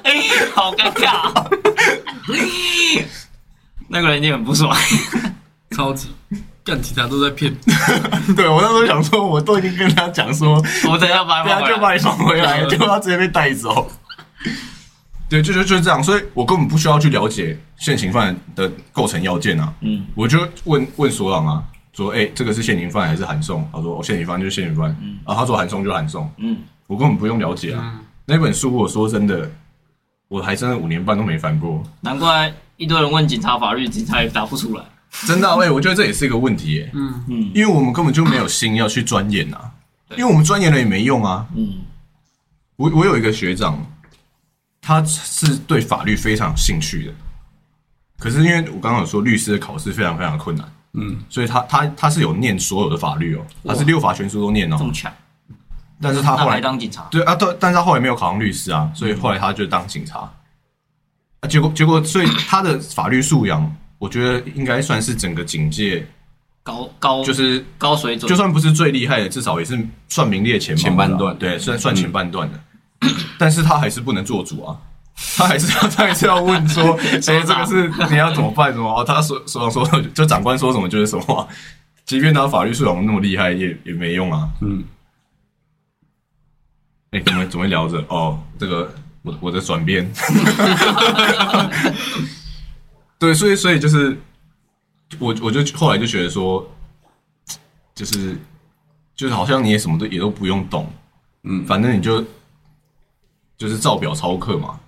[SPEAKER 2] 哎好尴尬，那个人一定很不爽。
[SPEAKER 3] 超级。干警察都在骗，
[SPEAKER 1] 对我那时候想说，我都已经跟他讲说，
[SPEAKER 2] 我等一下把
[SPEAKER 1] 等一啊
[SPEAKER 2] 它
[SPEAKER 1] 下就把你放回来，结果他直接被带走。对，就就就是这样，所以我根本不需要去了解现行犯的构成要件啊，
[SPEAKER 2] 嗯
[SPEAKER 1] 我就问问所长啊，说，哎、这个是现行犯还是函送？他说，哦，现行犯就是现行犯，啊
[SPEAKER 2] 嗯
[SPEAKER 1] 然后他说函送就函送，
[SPEAKER 2] 嗯，
[SPEAKER 1] 我根本不用了解啊。
[SPEAKER 3] 嗯
[SPEAKER 1] 那本书，我说真的，我还真的五年半都没翻过。
[SPEAKER 2] 难怪一堆人问警察法律，警察也答不出来。
[SPEAKER 1] 真的、啊，喂、我觉得这也是一个问题、耶，
[SPEAKER 3] 嗯，
[SPEAKER 2] 嗯
[SPEAKER 1] 因为我们根本就没有心要去钻研啊，
[SPEAKER 2] 对
[SPEAKER 1] 因为我们钻研了也没用啊。
[SPEAKER 2] 嗯
[SPEAKER 1] 我我有一个学长，他是对法律非常有兴趣的，可是因为我刚刚有说律师的考试非常非常困难，
[SPEAKER 4] 嗯，
[SPEAKER 1] 所以他他他是有念所有的法律哦，他是六法全书都念
[SPEAKER 2] 这
[SPEAKER 1] 哦
[SPEAKER 2] 么，强，
[SPEAKER 1] 但是他
[SPEAKER 2] 那
[SPEAKER 1] 后
[SPEAKER 2] 还
[SPEAKER 1] 来
[SPEAKER 2] 当警嗯察？
[SPEAKER 1] 对啊，但但是他后来没有考上律师啊，所以后来他就当警察。啊，结果结果，所以他的法律素养，我觉得应该算是整个警界，
[SPEAKER 2] 高高
[SPEAKER 1] 就是
[SPEAKER 2] 高水准，
[SPEAKER 1] 就算不是最厉害的，至少也是算名列前茅的啊嗯
[SPEAKER 4] 前半段
[SPEAKER 1] 对，算算前半段的。但是他还是不能做主啊，他还是要他还是要问说，说这个是你要怎么办什么？哦，他所所长说就长官说什么就是什么啊、 即便他法律素养那么厉害，也也没用啊。
[SPEAKER 4] 嗯，
[SPEAKER 1] 哎、怎么怎么聊着？哦，这个我我的转变， 对，所以所以就是我我就后来就觉得说，就是就是好像你也什么都也都不用懂，
[SPEAKER 4] 嗯
[SPEAKER 1] 反正你就就是照表操课嘛，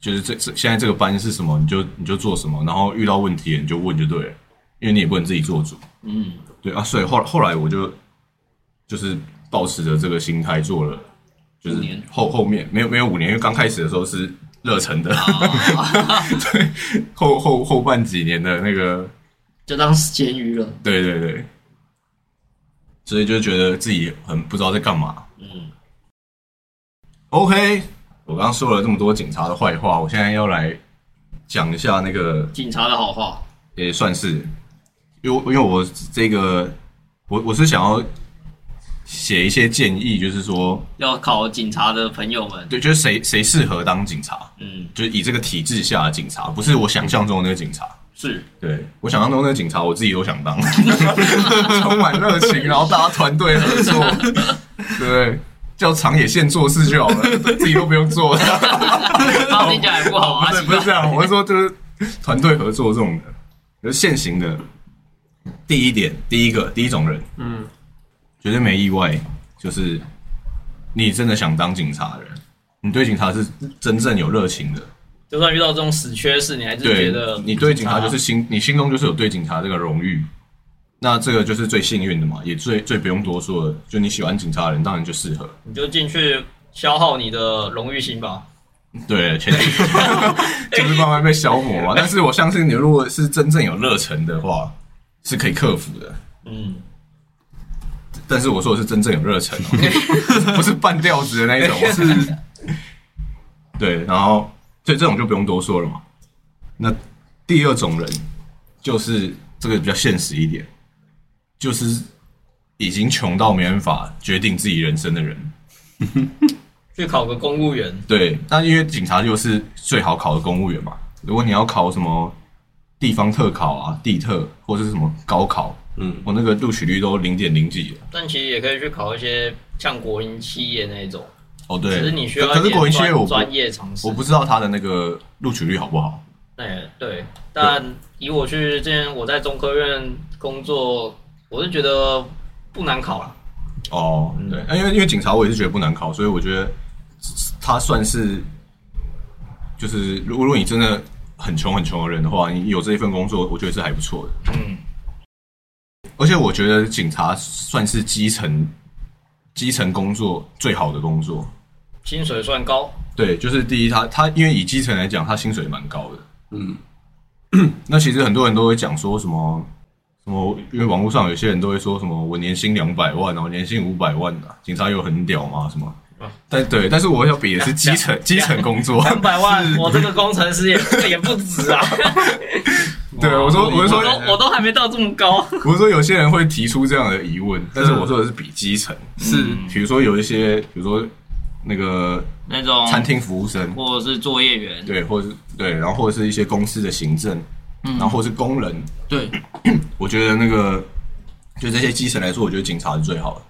[SPEAKER 1] 就是这这现在这个班是什么，你就你就做什么，然后遇到问题你就问就对了，因为你也不能自己做主。
[SPEAKER 2] 嗯
[SPEAKER 1] 对啊，所以后后来我就就是抱持着这个心态做了就是
[SPEAKER 2] 五年
[SPEAKER 1] 后后面没有没有五年，因为刚开始的时候是热忱的，
[SPEAKER 2] 啊
[SPEAKER 1] 对，后后后半几年的那个，
[SPEAKER 2] 就当是咸鱼了。
[SPEAKER 1] 对对对，所以就觉得自己很不知道在干嘛。
[SPEAKER 2] 嗯，
[SPEAKER 1] OK，我刚刚说了这么多警察的坏话，我现在要来讲一下那个，
[SPEAKER 2] 警察的好话，
[SPEAKER 1] 也算是，因为我因为我这个，我我是想要写一些建议，就是说，
[SPEAKER 2] 要考警察的朋友们，
[SPEAKER 1] 对，就是谁谁适合当警察，
[SPEAKER 2] 嗯，
[SPEAKER 1] 就是以这个体制下的警察，不是我想象中的那个警察。
[SPEAKER 2] 是
[SPEAKER 1] 对我想象中的警察，我自己都想当， 充满热情，然后大家团队合 作，对，叫长野县做事就好了， 自己都不用做了。
[SPEAKER 2] 他听起来也不好啊，
[SPEAKER 1] 哦不是哦
[SPEAKER 2] 奇
[SPEAKER 1] 不
[SPEAKER 2] 怪
[SPEAKER 1] 是这样， 我是说就是团队合作这种的，就是现行的。第一点，第一个第一种人，
[SPEAKER 3] 嗯，
[SPEAKER 1] 绝对没意外，就是你真的想当警察的人，你对警察是真正有热情的，
[SPEAKER 2] 就算遇到这种死缺事，你还是觉
[SPEAKER 1] 对
[SPEAKER 2] 得，啊
[SPEAKER 1] 你对警察就是心，你心中就是有对警察这个荣誉，那这个就是最幸运的嘛，也最最不用多说的，就你喜欢警察的人，当然就适合。
[SPEAKER 5] 你就进去消耗你的荣誉心吧。
[SPEAKER 1] 对， 前提就是慢慢被消磨嘛。但是我相信你，如果是真正有热忱的话，是可以克服的。
[SPEAKER 5] 嗯，
[SPEAKER 1] 但是我说的是真正有热忱、 哦，不是半吊子的那一种，我是对。然后，所以这种就不用多说了嘛。那第二种人，就是这个比较现实一点，就是已经穷到没办法决定自己人生的人。
[SPEAKER 5] 去考个公务员，
[SPEAKER 1] 对，那因为警察就是最好考的公务员嘛。如果你要考什么地方特考啊、地特或是什么高考，
[SPEAKER 4] 嗯，
[SPEAKER 1] 我那个录取率都零点零几了。
[SPEAKER 5] 但其实也可以去考一些像国营企业那种，
[SPEAKER 1] 哦，
[SPEAKER 5] 只
[SPEAKER 1] 对，
[SPEAKER 5] 是你需要
[SPEAKER 1] 可可是
[SPEAKER 5] 一点
[SPEAKER 1] 国营企业
[SPEAKER 5] 专
[SPEAKER 1] 我不
[SPEAKER 5] 专业常识
[SPEAKER 1] 我。不知道他的那个录取率好不好。
[SPEAKER 5] 哎、对，但以我去之前我在中科院工作，我是觉得不难考了。
[SPEAKER 1] 哦，对，因为因为警察我也是觉得不难考，所以我觉得他算是就是如如果你真的很穷很穷的人的话，你有这一份工作，我觉得是还不错的。
[SPEAKER 5] 嗯，
[SPEAKER 1] 而且我觉得警察算是基层基层工作最好的工作。
[SPEAKER 5] 薪水算 高，
[SPEAKER 1] 对，就是第一，他他因为以基层来讲，他薪水蛮高的。
[SPEAKER 4] 嗯，
[SPEAKER 1] 那其实很多人都会讲说什么什么，因为网络上有些人都会说什么我年薪两百万啊，我年薪五百万啊，警察有很屌吗？什么？但对，但是我要比的是基层基层工作。
[SPEAKER 5] 啊两百 万，我这个工程师也 也不止啊！
[SPEAKER 1] 对，我说我是
[SPEAKER 5] 我
[SPEAKER 1] 说
[SPEAKER 5] 都我都还没到这么高。
[SPEAKER 1] 我是说有些人会提出这样的疑问，但是我说的是比基层，
[SPEAKER 3] 是
[SPEAKER 5] 嗯
[SPEAKER 1] 比如说有一些，比如说那个
[SPEAKER 2] 那
[SPEAKER 5] 嗯
[SPEAKER 2] 种
[SPEAKER 1] 餐厅服务生，
[SPEAKER 2] 或者是作业员，
[SPEAKER 1] 对，或者是对，然后或者是一些公司的行政，
[SPEAKER 5] 嗯
[SPEAKER 1] 然后或是工人，
[SPEAKER 3] 对，
[SPEAKER 1] 我觉得那个就这些基层来说，我觉得警察是最好的。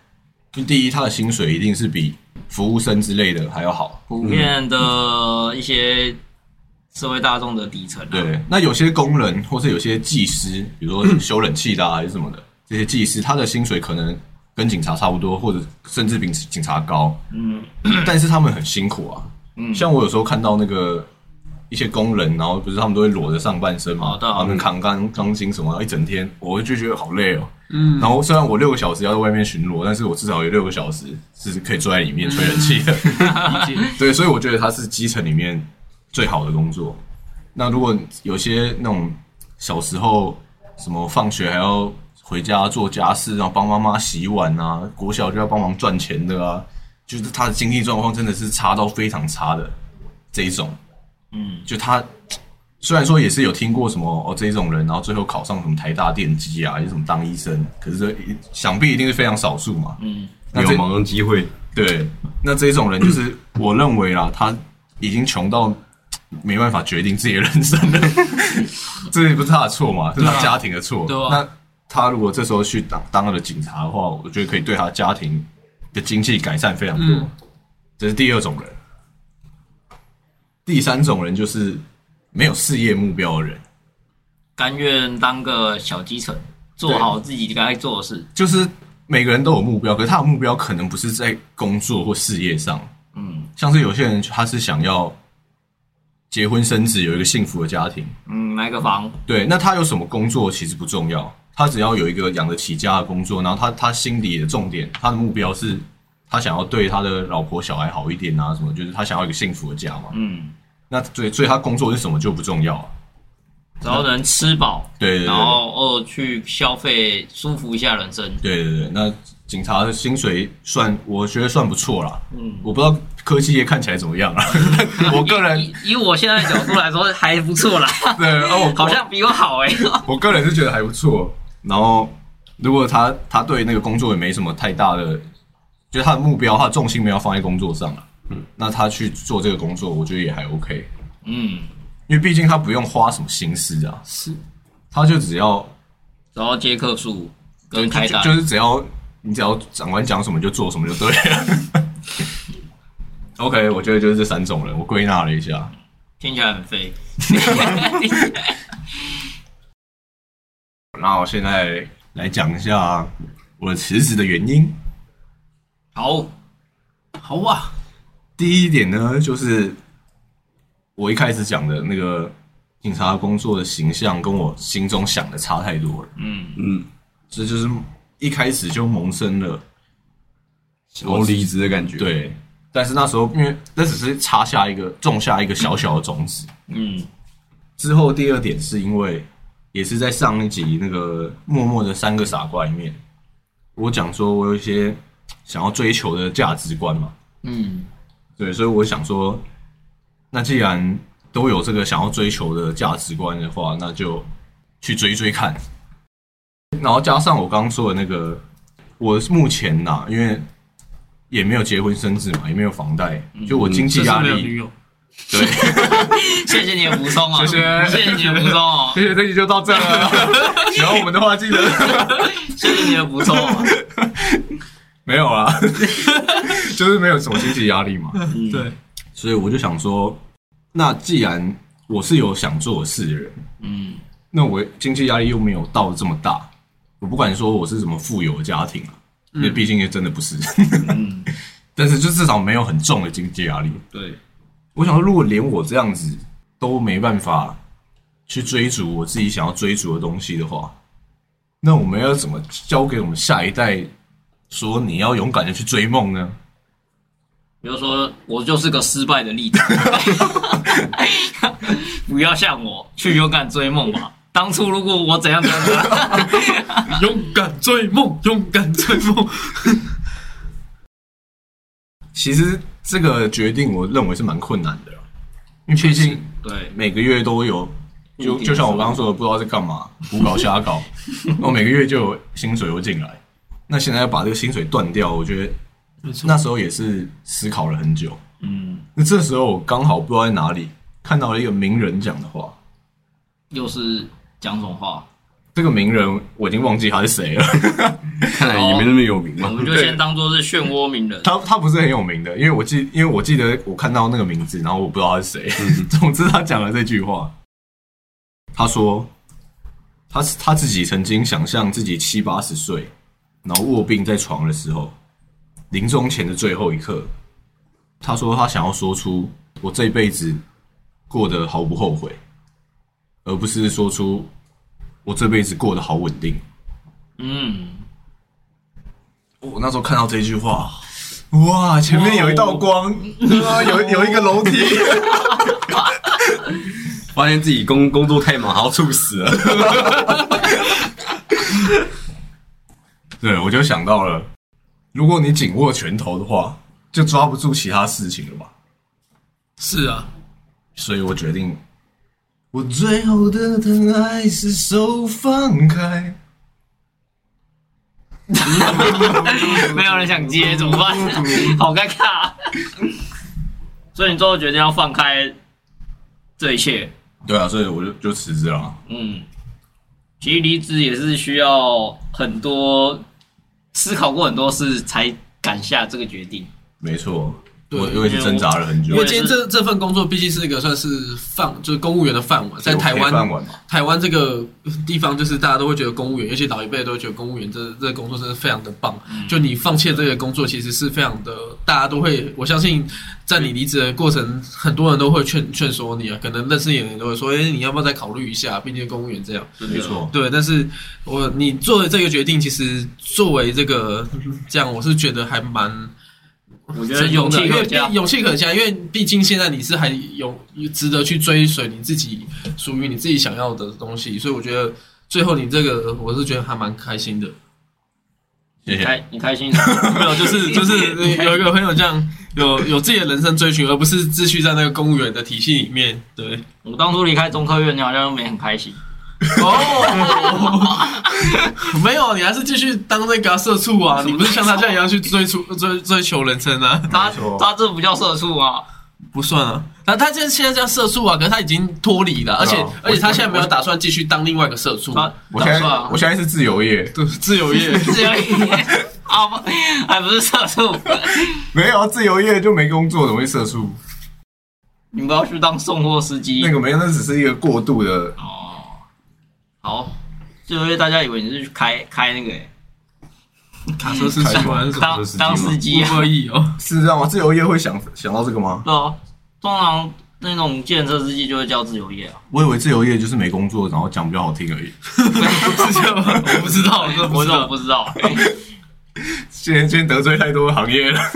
[SPEAKER 1] 就第一，他的薪水一定是比服务生之类的还要好。
[SPEAKER 2] 普遍的一些社会大众的底层、啊，，
[SPEAKER 1] 对，那有些工人或是有些技师，比如说修冷气的、啊、还是什么的，这些技师他的薪水可能跟警察差不多，或者甚至比警察高。
[SPEAKER 2] 嗯，
[SPEAKER 1] 但是他们很辛苦啊。
[SPEAKER 2] 嗯
[SPEAKER 1] 像我有时候看到那个一些工人，然后不是他们都会裸着上半身嘛
[SPEAKER 2] 哦，对啊
[SPEAKER 1] 他们扛钢钢筋什么，一整天，我就觉得好累哦。
[SPEAKER 3] 嗯，
[SPEAKER 1] 然后虽然我六个小时要在外面巡逻，但是我至少有六个小时是可以坐在里面吹冷气的。
[SPEAKER 2] 嗯
[SPEAKER 1] 对，所以我觉得它是基层里面最好的工作。那如果有些那种小时候什么放学还要回家做家事，然后帮妈妈洗碗啊，国小就要帮忙赚钱的啊，就是他的经济状况真的是差到非常差的这一种。
[SPEAKER 2] 嗯，
[SPEAKER 1] 就他虽然说也是有听过什么哦这一种人，然后最后考上什么台大电机啊，还是什么当医生，可是这一想必一定是非常少数嘛。
[SPEAKER 2] 嗯，
[SPEAKER 1] 那
[SPEAKER 4] 有
[SPEAKER 1] 这
[SPEAKER 4] 盲人机会，
[SPEAKER 1] 对，那这一种人就是 我认为啦，他已经穷到没办法决定自己的人生 了，这也不是他的错嘛，这是他家庭的错。
[SPEAKER 3] 对啊
[SPEAKER 1] 那他如果这时候去当当了警察的话，我觉得可以对他家庭的经济改善非常多。
[SPEAKER 3] 嗯
[SPEAKER 1] 这是第二种人，第三种人就是没有事业目标的人。
[SPEAKER 2] 甘愿当个小基层，做好自己该做的事，
[SPEAKER 1] 就是每个人都有目标，可是他的目标可能不是在工作或事业上，
[SPEAKER 2] 嗯
[SPEAKER 1] 像是有些人他是想要结婚生子，有一个幸福的家庭，
[SPEAKER 2] 嗯，买个房，
[SPEAKER 1] 对，那他有什么工作其实不重要，他只要有一个养得起家的工作，然后他他心底的重点，他的目标是他想要对他的老婆小孩好一点啊，什么就是他想要一个幸福的家嘛。
[SPEAKER 2] 嗯，
[SPEAKER 1] 那所以所以他工作是什么就不重要啊。
[SPEAKER 2] 只要能吃饱，
[SPEAKER 1] 对对对
[SPEAKER 2] 然后哦去消费，舒服一下人生。
[SPEAKER 1] 对对对，那警察的薪水算我觉得算不错啦。
[SPEAKER 2] 嗯，
[SPEAKER 1] 我不知道科技业看起来怎么 样啊， 但我个人
[SPEAKER 2] 以以我现在的角度来说还不错啦，
[SPEAKER 1] 对哦， 我
[SPEAKER 2] 好像比我好哎、
[SPEAKER 1] 我个人是觉得还不错。然后，如果他他对那个工作也没什么太大的，就是他的目标，他的重心没有放在工作上了，嗯，那他去做这个工作，我觉得也还 OK，
[SPEAKER 2] 嗯，
[SPEAKER 1] 因为毕竟他不用花什么心思啊，
[SPEAKER 2] 是，
[SPEAKER 1] 他就只要
[SPEAKER 2] 然后接客数跟开单，
[SPEAKER 1] 就就是只要你只要长官讲什么就做什么就对了。OK，我觉得就是这三种人，我归纳了一下。
[SPEAKER 2] 听起来很废。
[SPEAKER 1] 那我现在来讲一下我辞职的原因。
[SPEAKER 2] 好，
[SPEAKER 3] 好啊哇，
[SPEAKER 1] 第一点呢，就是我一开始讲的那个警察工作的形象，跟我心中想的差太多了。
[SPEAKER 2] 嗯，
[SPEAKER 4] 嗯，
[SPEAKER 1] 这就是一开始就萌生了
[SPEAKER 4] 想要离职的感觉。，
[SPEAKER 1] 对，但是那时候因为那只是插下一个种下一个小小的种子。
[SPEAKER 2] 嗯，
[SPEAKER 1] 之后第二点是因为也是在上一集那个《默默的三个傻瓜》里面，我讲说我有一些想要追求的价值观嘛。
[SPEAKER 2] 嗯，
[SPEAKER 1] 对，所以我想说，那既然都有这个想要追求的价值观的话，那就去追追看。然后加上我刚刚说的那个，我目前呐、因为也没有结婚生子嘛，也没有房贷，就我经济
[SPEAKER 3] 这是
[SPEAKER 1] 压
[SPEAKER 3] 没有
[SPEAKER 1] 力
[SPEAKER 3] 女。友，
[SPEAKER 1] 对，
[SPEAKER 2] 谢谢你的补充哦，
[SPEAKER 1] 谢谢
[SPEAKER 2] 谢你的补充哦，
[SPEAKER 1] 谢谢，这集就到这了。 喜欢我们的话，记得
[SPEAKER 2] 谢谢你的补充哦。
[SPEAKER 1] 没有啊， 就是没有什么经济压力嘛。
[SPEAKER 2] 嗯
[SPEAKER 3] 对，
[SPEAKER 1] 所以我就想说，那既然我是有想做的事的人，
[SPEAKER 2] 嗯
[SPEAKER 1] 那我经济压力又没有到这么大，我不管说我是什么富有的家庭啊，因为毕竟也真的不是，
[SPEAKER 2] 嗯，
[SPEAKER 1] 但是就至少没有很重的经济压力。
[SPEAKER 2] 对，
[SPEAKER 1] 我想说，如果连我这样子都没办法去追逐我自己想要追逐的东西的话，那我们要怎么教给我们下一代说你要勇敢的去追梦呢？
[SPEAKER 2] 比如说我就是个失败的例子， 不要像我去勇敢追梦吧。当初如果我怎样怎样怎样，
[SPEAKER 3] 勇敢追梦，勇敢追梦。
[SPEAKER 1] 其实这个决定，我认为是蛮困难的啦，因为毕竟
[SPEAKER 2] 对，
[SPEAKER 1] 每个月都有，就
[SPEAKER 2] 定
[SPEAKER 1] 就像我刚刚说的，不知道在干嘛，胡搞瞎 搞，我每个月就有薪水又进来，那现在要把这个薪水断掉，我觉得
[SPEAKER 3] 没错
[SPEAKER 1] 那时候也是思考了很久。
[SPEAKER 2] 嗯，
[SPEAKER 1] 那这时候我刚好不知道在哪里看到了一个名人讲的话，
[SPEAKER 2] 又是讲种话，
[SPEAKER 1] 这个名人我已经忘记他是谁了，
[SPEAKER 4] 看来也没那么有名
[SPEAKER 2] 我
[SPEAKER 4] 嘛。
[SPEAKER 2] 们就先当做是漩涡鸣人。
[SPEAKER 1] 他他不是很有名的，因为我记，因为我记得我看到那个名字，然后我不知道他是谁。 总之，他讲了这句话，他说他他自己曾经想象自己七八十岁，然后卧病在床的时候，临终前的最后一刻，他说他想要说出我这辈子过得毫不后悔，而不是说出我这辈子过得好稳定。
[SPEAKER 2] 嗯，
[SPEAKER 1] 我那时候看到这句话，哇，前面有一道光，
[SPEAKER 3] 哦
[SPEAKER 1] 啊， 有有一个楼梯，
[SPEAKER 4] 发现自己工工作太忙，还要猝死了。
[SPEAKER 1] 对我就想到了，如果你紧握拳头的话，就抓不住其他事情了吧。
[SPEAKER 3] 是啊，
[SPEAKER 1] 所以我决定，我最后的疼爱是手放开。
[SPEAKER 2] 没有人想接怎么办？好尴尬啊。
[SPEAKER 5] 所以你最后决定要放开
[SPEAKER 2] 这一切，
[SPEAKER 1] 对啊，所以我就就辞职了啊。
[SPEAKER 2] 嗯，
[SPEAKER 5] 其实离职也是需要很多
[SPEAKER 2] 思考过很多事才敢下这个决定。
[SPEAKER 1] 没错，
[SPEAKER 3] 对
[SPEAKER 1] 我我也是挣扎了很久
[SPEAKER 3] 因为
[SPEAKER 5] 我，
[SPEAKER 3] 今天这这份工作毕竟是一个算是饭，就是公务员的饭碗，在台
[SPEAKER 1] 有陪伴
[SPEAKER 3] 湾
[SPEAKER 1] 完嘛，
[SPEAKER 3] 台湾这个地方，就是大家都会觉得公务员，尤其老一辈都会觉得公务员这这个工作真的非常的棒。
[SPEAKER 1] 嗯
[SPEAKER 3] 就你放弃了这个工作，其实是非常的，大家都会，我相信在你离职的过程，很多人都会劝劝说你啊，可能认识你的人都会说，哎、你要不要再考虑一下？毕竟公务员这样。
[SPEAKER 1] 没错，
[SPEAKER 3] 对，但是我你做的这个决定，其实作为这个这样，我是觉得还蛮
[SPEAKER 2] 我觉得勇气
[SPEAKER 3] 因
[SPEAKER 2] 可
[SPEAKER 3] 为
[SPEAKER 2] 嘉。
[SPEAKER 3] 勇气可嘉，因为毕竟现在你是还有值得去追随你自己属于你自己想要的东西，所以我觉得最后你这个我是觉得还蛮开心的。
[SPEAKER 1] 谢
[SPEAKER 2] 你
[SPEAKER 1] 谢。
[SPEAKER 2] 开你开心什啊么？
[SPEAKER 3] 没有， 就是就是有一个朋友这样有有自己的人生追寻，而不是秩序在那个公务员的体系里面。对，
[SPEAKER 2] 我当初离开中科院，你好像没很开心。
[SPEAKER 3] 哦， 没有，你还是继续当那个啊社畜啊，你不是像他这样一样去追逐追追求人生啊？
[SPEAKER 2] 他
[SPEAKER 1] 没错
[SPEAKER 2] 他这不叫社畜啊！
[SPEAKER 3] 不算啊。那他现现在叫社畜啊，可是他已经脱离了，而且、
[SPEAKER 1] 对啊
[SPEAKER 3] 而且他现在没有打算继续当另外一个社畜，
[SPEAKER 2] 他
[SPEAKER 1] 我现在
[SPEAKER 2] 打算啊
[SPEAKER 1] 我现在是自由业，
[SPEAKER 3] 对，自由 业。
[SPEAKER 2] 自由一点啊，不还不是社畜，
[SPEAKER 1] 没有啊自由业就没工作，怎么会社畜？
[SPEAKER 2] 你不要去当送货司机
[SPEAKER 1] 那个没有，那只是一个过渡的。
[SPEAKER 2] 哦。好，就因为大家以为你是去开开那个欸
[SPEAKER 3] 卡车是喜欢什么？
[SPEAKER 2] 当当司机啊，
[SPEAKER 3] 二亿哦，
[SPEAKER 1] 是这样吗？自由业会想想到这个吗？
[SPEAKER 2] 对啊，通常那种建设司机就会叫自由业啊。
[SPEAKER 1] 我以为自由业就是没工作，然后讲比较好听而已。
[SPEAKER 3] 是这样吗？我不知道，我真的
[SPEAKER 2] 哎
[SPEAKER 3] 不
[SPEAKER 2] 我
[SPEAKER 3] 知
[SPEAKER 2] 怎么
[SPEAKER 3] 道。
[SPEAKER 2] 不知道？ 哎
[SPEAKER 1] 今天今天得罪太多行业了。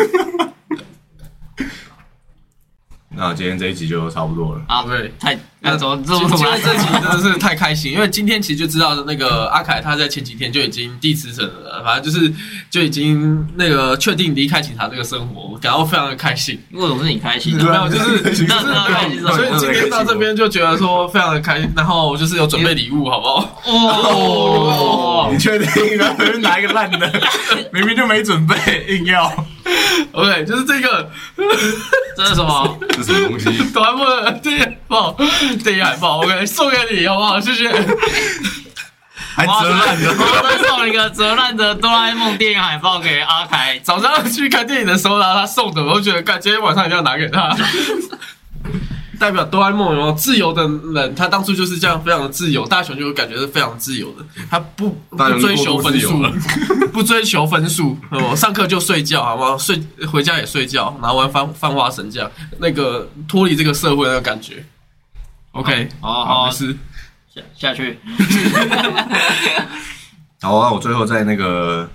[SPEAKER 1] 那今天这一集就差不多了。
[SPEAKER 2] 啊，
[SPEAKER 3] 对。
[SPEAKER 2] 太那怎么这么
[SPEAKER 3] 今
[SPEAKER 2] 突
[SPEAKER 3] 天
[SPEAKER 2] 然？
[SPEAKER 3] 这集真的是太开心，因为今天其实就知道那个阿凯他在前几天就已经递辞呈了，反正就是就已经那个确定离开警察这个生活，感到非常的开心。
[SPEAKER 2] 为什么是你开心
[SPEAKER 1] 没
[SPEAKER 2] 的？
[SPEAKER 3] 有就是
[SPEAKER 1] 就是
[SPEAKER 2] 那那那你是
[SPEAKER 3] 所以今天到这边就觉得说非常的开心，然后就是有准备礼物，好不好？
[SPEAKER 2] 哦
[SPEAKER 1] 你确定 吗？随便拿一个烂的， 明明就没准备，硬要。
[SPEAKER 3] ？OK，就是这个
[SPEAKER 2] 这是什 么？
[SPEAKER 4] 这什么 东西？
[SPEAKER 3] 短布的电影海报，电影海报，OK，送给你，好不好？谢谢。
[SPEAKER 1] 还折烂的。
[SPEAKER 2] 我再送一个折烂的哆啦 A 梦电影海报给阿凯，
[SPEAKER 3] 早上去看电影的时候呢，他送的，我就觉得，干，今天晚上一定要拿给 他。代表哆啦 A 梦有没有自由的人，他当初就是这样非常的自由。大雄就感觉是非常自由的，他不
[SPEAKER 4] 大
[SPEAKER 3] 不
[SPEAKER 4] 雄
[SPEAKER 3] 追求
[SPEAKER 4] 过度
[SPEAKER 3] 分
[SPEAKER 4] 自由
[SPEAKER 3] 数
[SPEAKER 4] 了，
[SPEAKER 3] 不追求分数，我上课就睡觉，好吗？睡回家也睡觉，然后玩翻翻花神这样，那个脱离这个社会的感觉。OK，
[SPEAKER 2] 好
[SPEAKER 1] 啊
[SPEAKER 2] 好
[SPEAKER 3] 没事。
[SPEAKER 2] 下下去。
[SPEAKER 1] 好啊，我最后再那个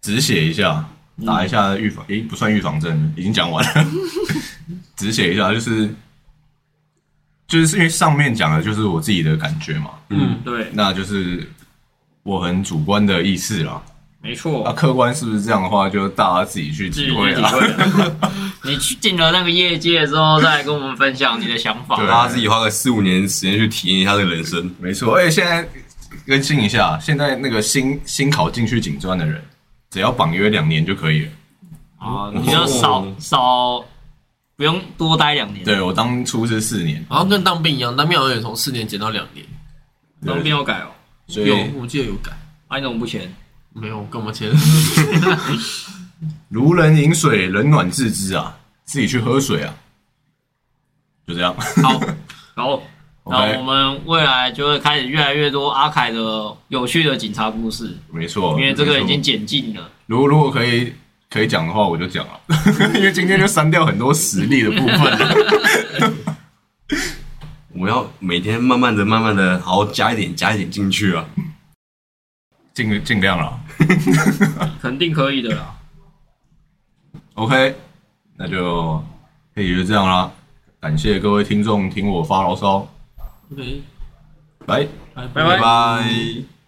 [SPEAKER 1] 止血一下，
[SPEAKER 2] 嗯
[SPEAKER 1] 打一下预防，诶、不算预防针，已经讲完了。 止血一下，就是就是因为上面讲的就是我自己的感觉嘛，
[SPEAKER 3] 嗯，
[SPEAKER 2] 对，
[SPEAKER 1] 那就是我很主观的意识啦。
[SPEAKER 2] 没错
[SPEAKER 1] 那、，客观是不是这样的话，就大家自己去
[SPEAKER 2] 自己
[SPEAKER 1] 体
[SPEAKER 2] 去
[SPEAKER 1] 会
[SPEAKER 2] 体
[SPEAKER 1] 啦。
[SPEAKER 2] 会 啊。你去进了那个业界之后，再来跟我们分享你的想法。
[SPEAKER 1] 对
[SPEAKER 4] 大家啊自己花个四五年时间去体验一下这个人生。
[SPEAKER 1] 没错，而且现在更新一下，现在那个新新考进去警专的人，只要绑约两年就可以了。
[SPEAKER 2] 啊，你就少少不用多待两年，
[SPEAKER 1] 对我当初是四年，
[SPEAKER 3] 好像跟当兵一样，当兵好像也从四年减到两年，
[SPEAKER 2] 当兵要改哦。
[SPEAKER 1] 所以
[SPEAKER 3] 有我记得有改，
[SPEAKER 2] 啊，你怎么不 签？
[SPEAKER 3] 没有跟我们签。
[SPEAKER 1] 如人饮水，冷暖自知啊，自己去喝水啊，就这样。
[SPEAKER 3] 好。
[SPEAKER 2] 然后，那
[SPEAKER 1] OK，
[SPEAKER 2] 我们未来就会开始越来越多阿凯的有趣的警察故事，
[SPEAKER 1] 没错，
[SPEAKER 2] 因为这个
[SPEAKER 1] 没
[SPEAKER 2] 已
[SPEAKER 1] 错
[SPEAKER 2] 经剪尽了。
[SPEAKER 1] 如果如果可以可以讲的话，我就讲了， 因为今天就删掉很多实例的部分 了。
[SPEAKER 4] 我们要每天慢慢的、慢慢的，好好加一点、加一点进去啊。
[SPEAKER 1] 尽尽量了。
[SPEAKER 2] 肯定可以的啦。
[SPEAKER 1] OK，那就可以就这样啦。感谢各位听众听我发牢骚，
[SPEAKER 3] OK，
[SPEAKER 1] 拜。
[SPEAKER 3] 拜拜
[SPEAKER 2] 拜
[SPEAKER 4] 拜拜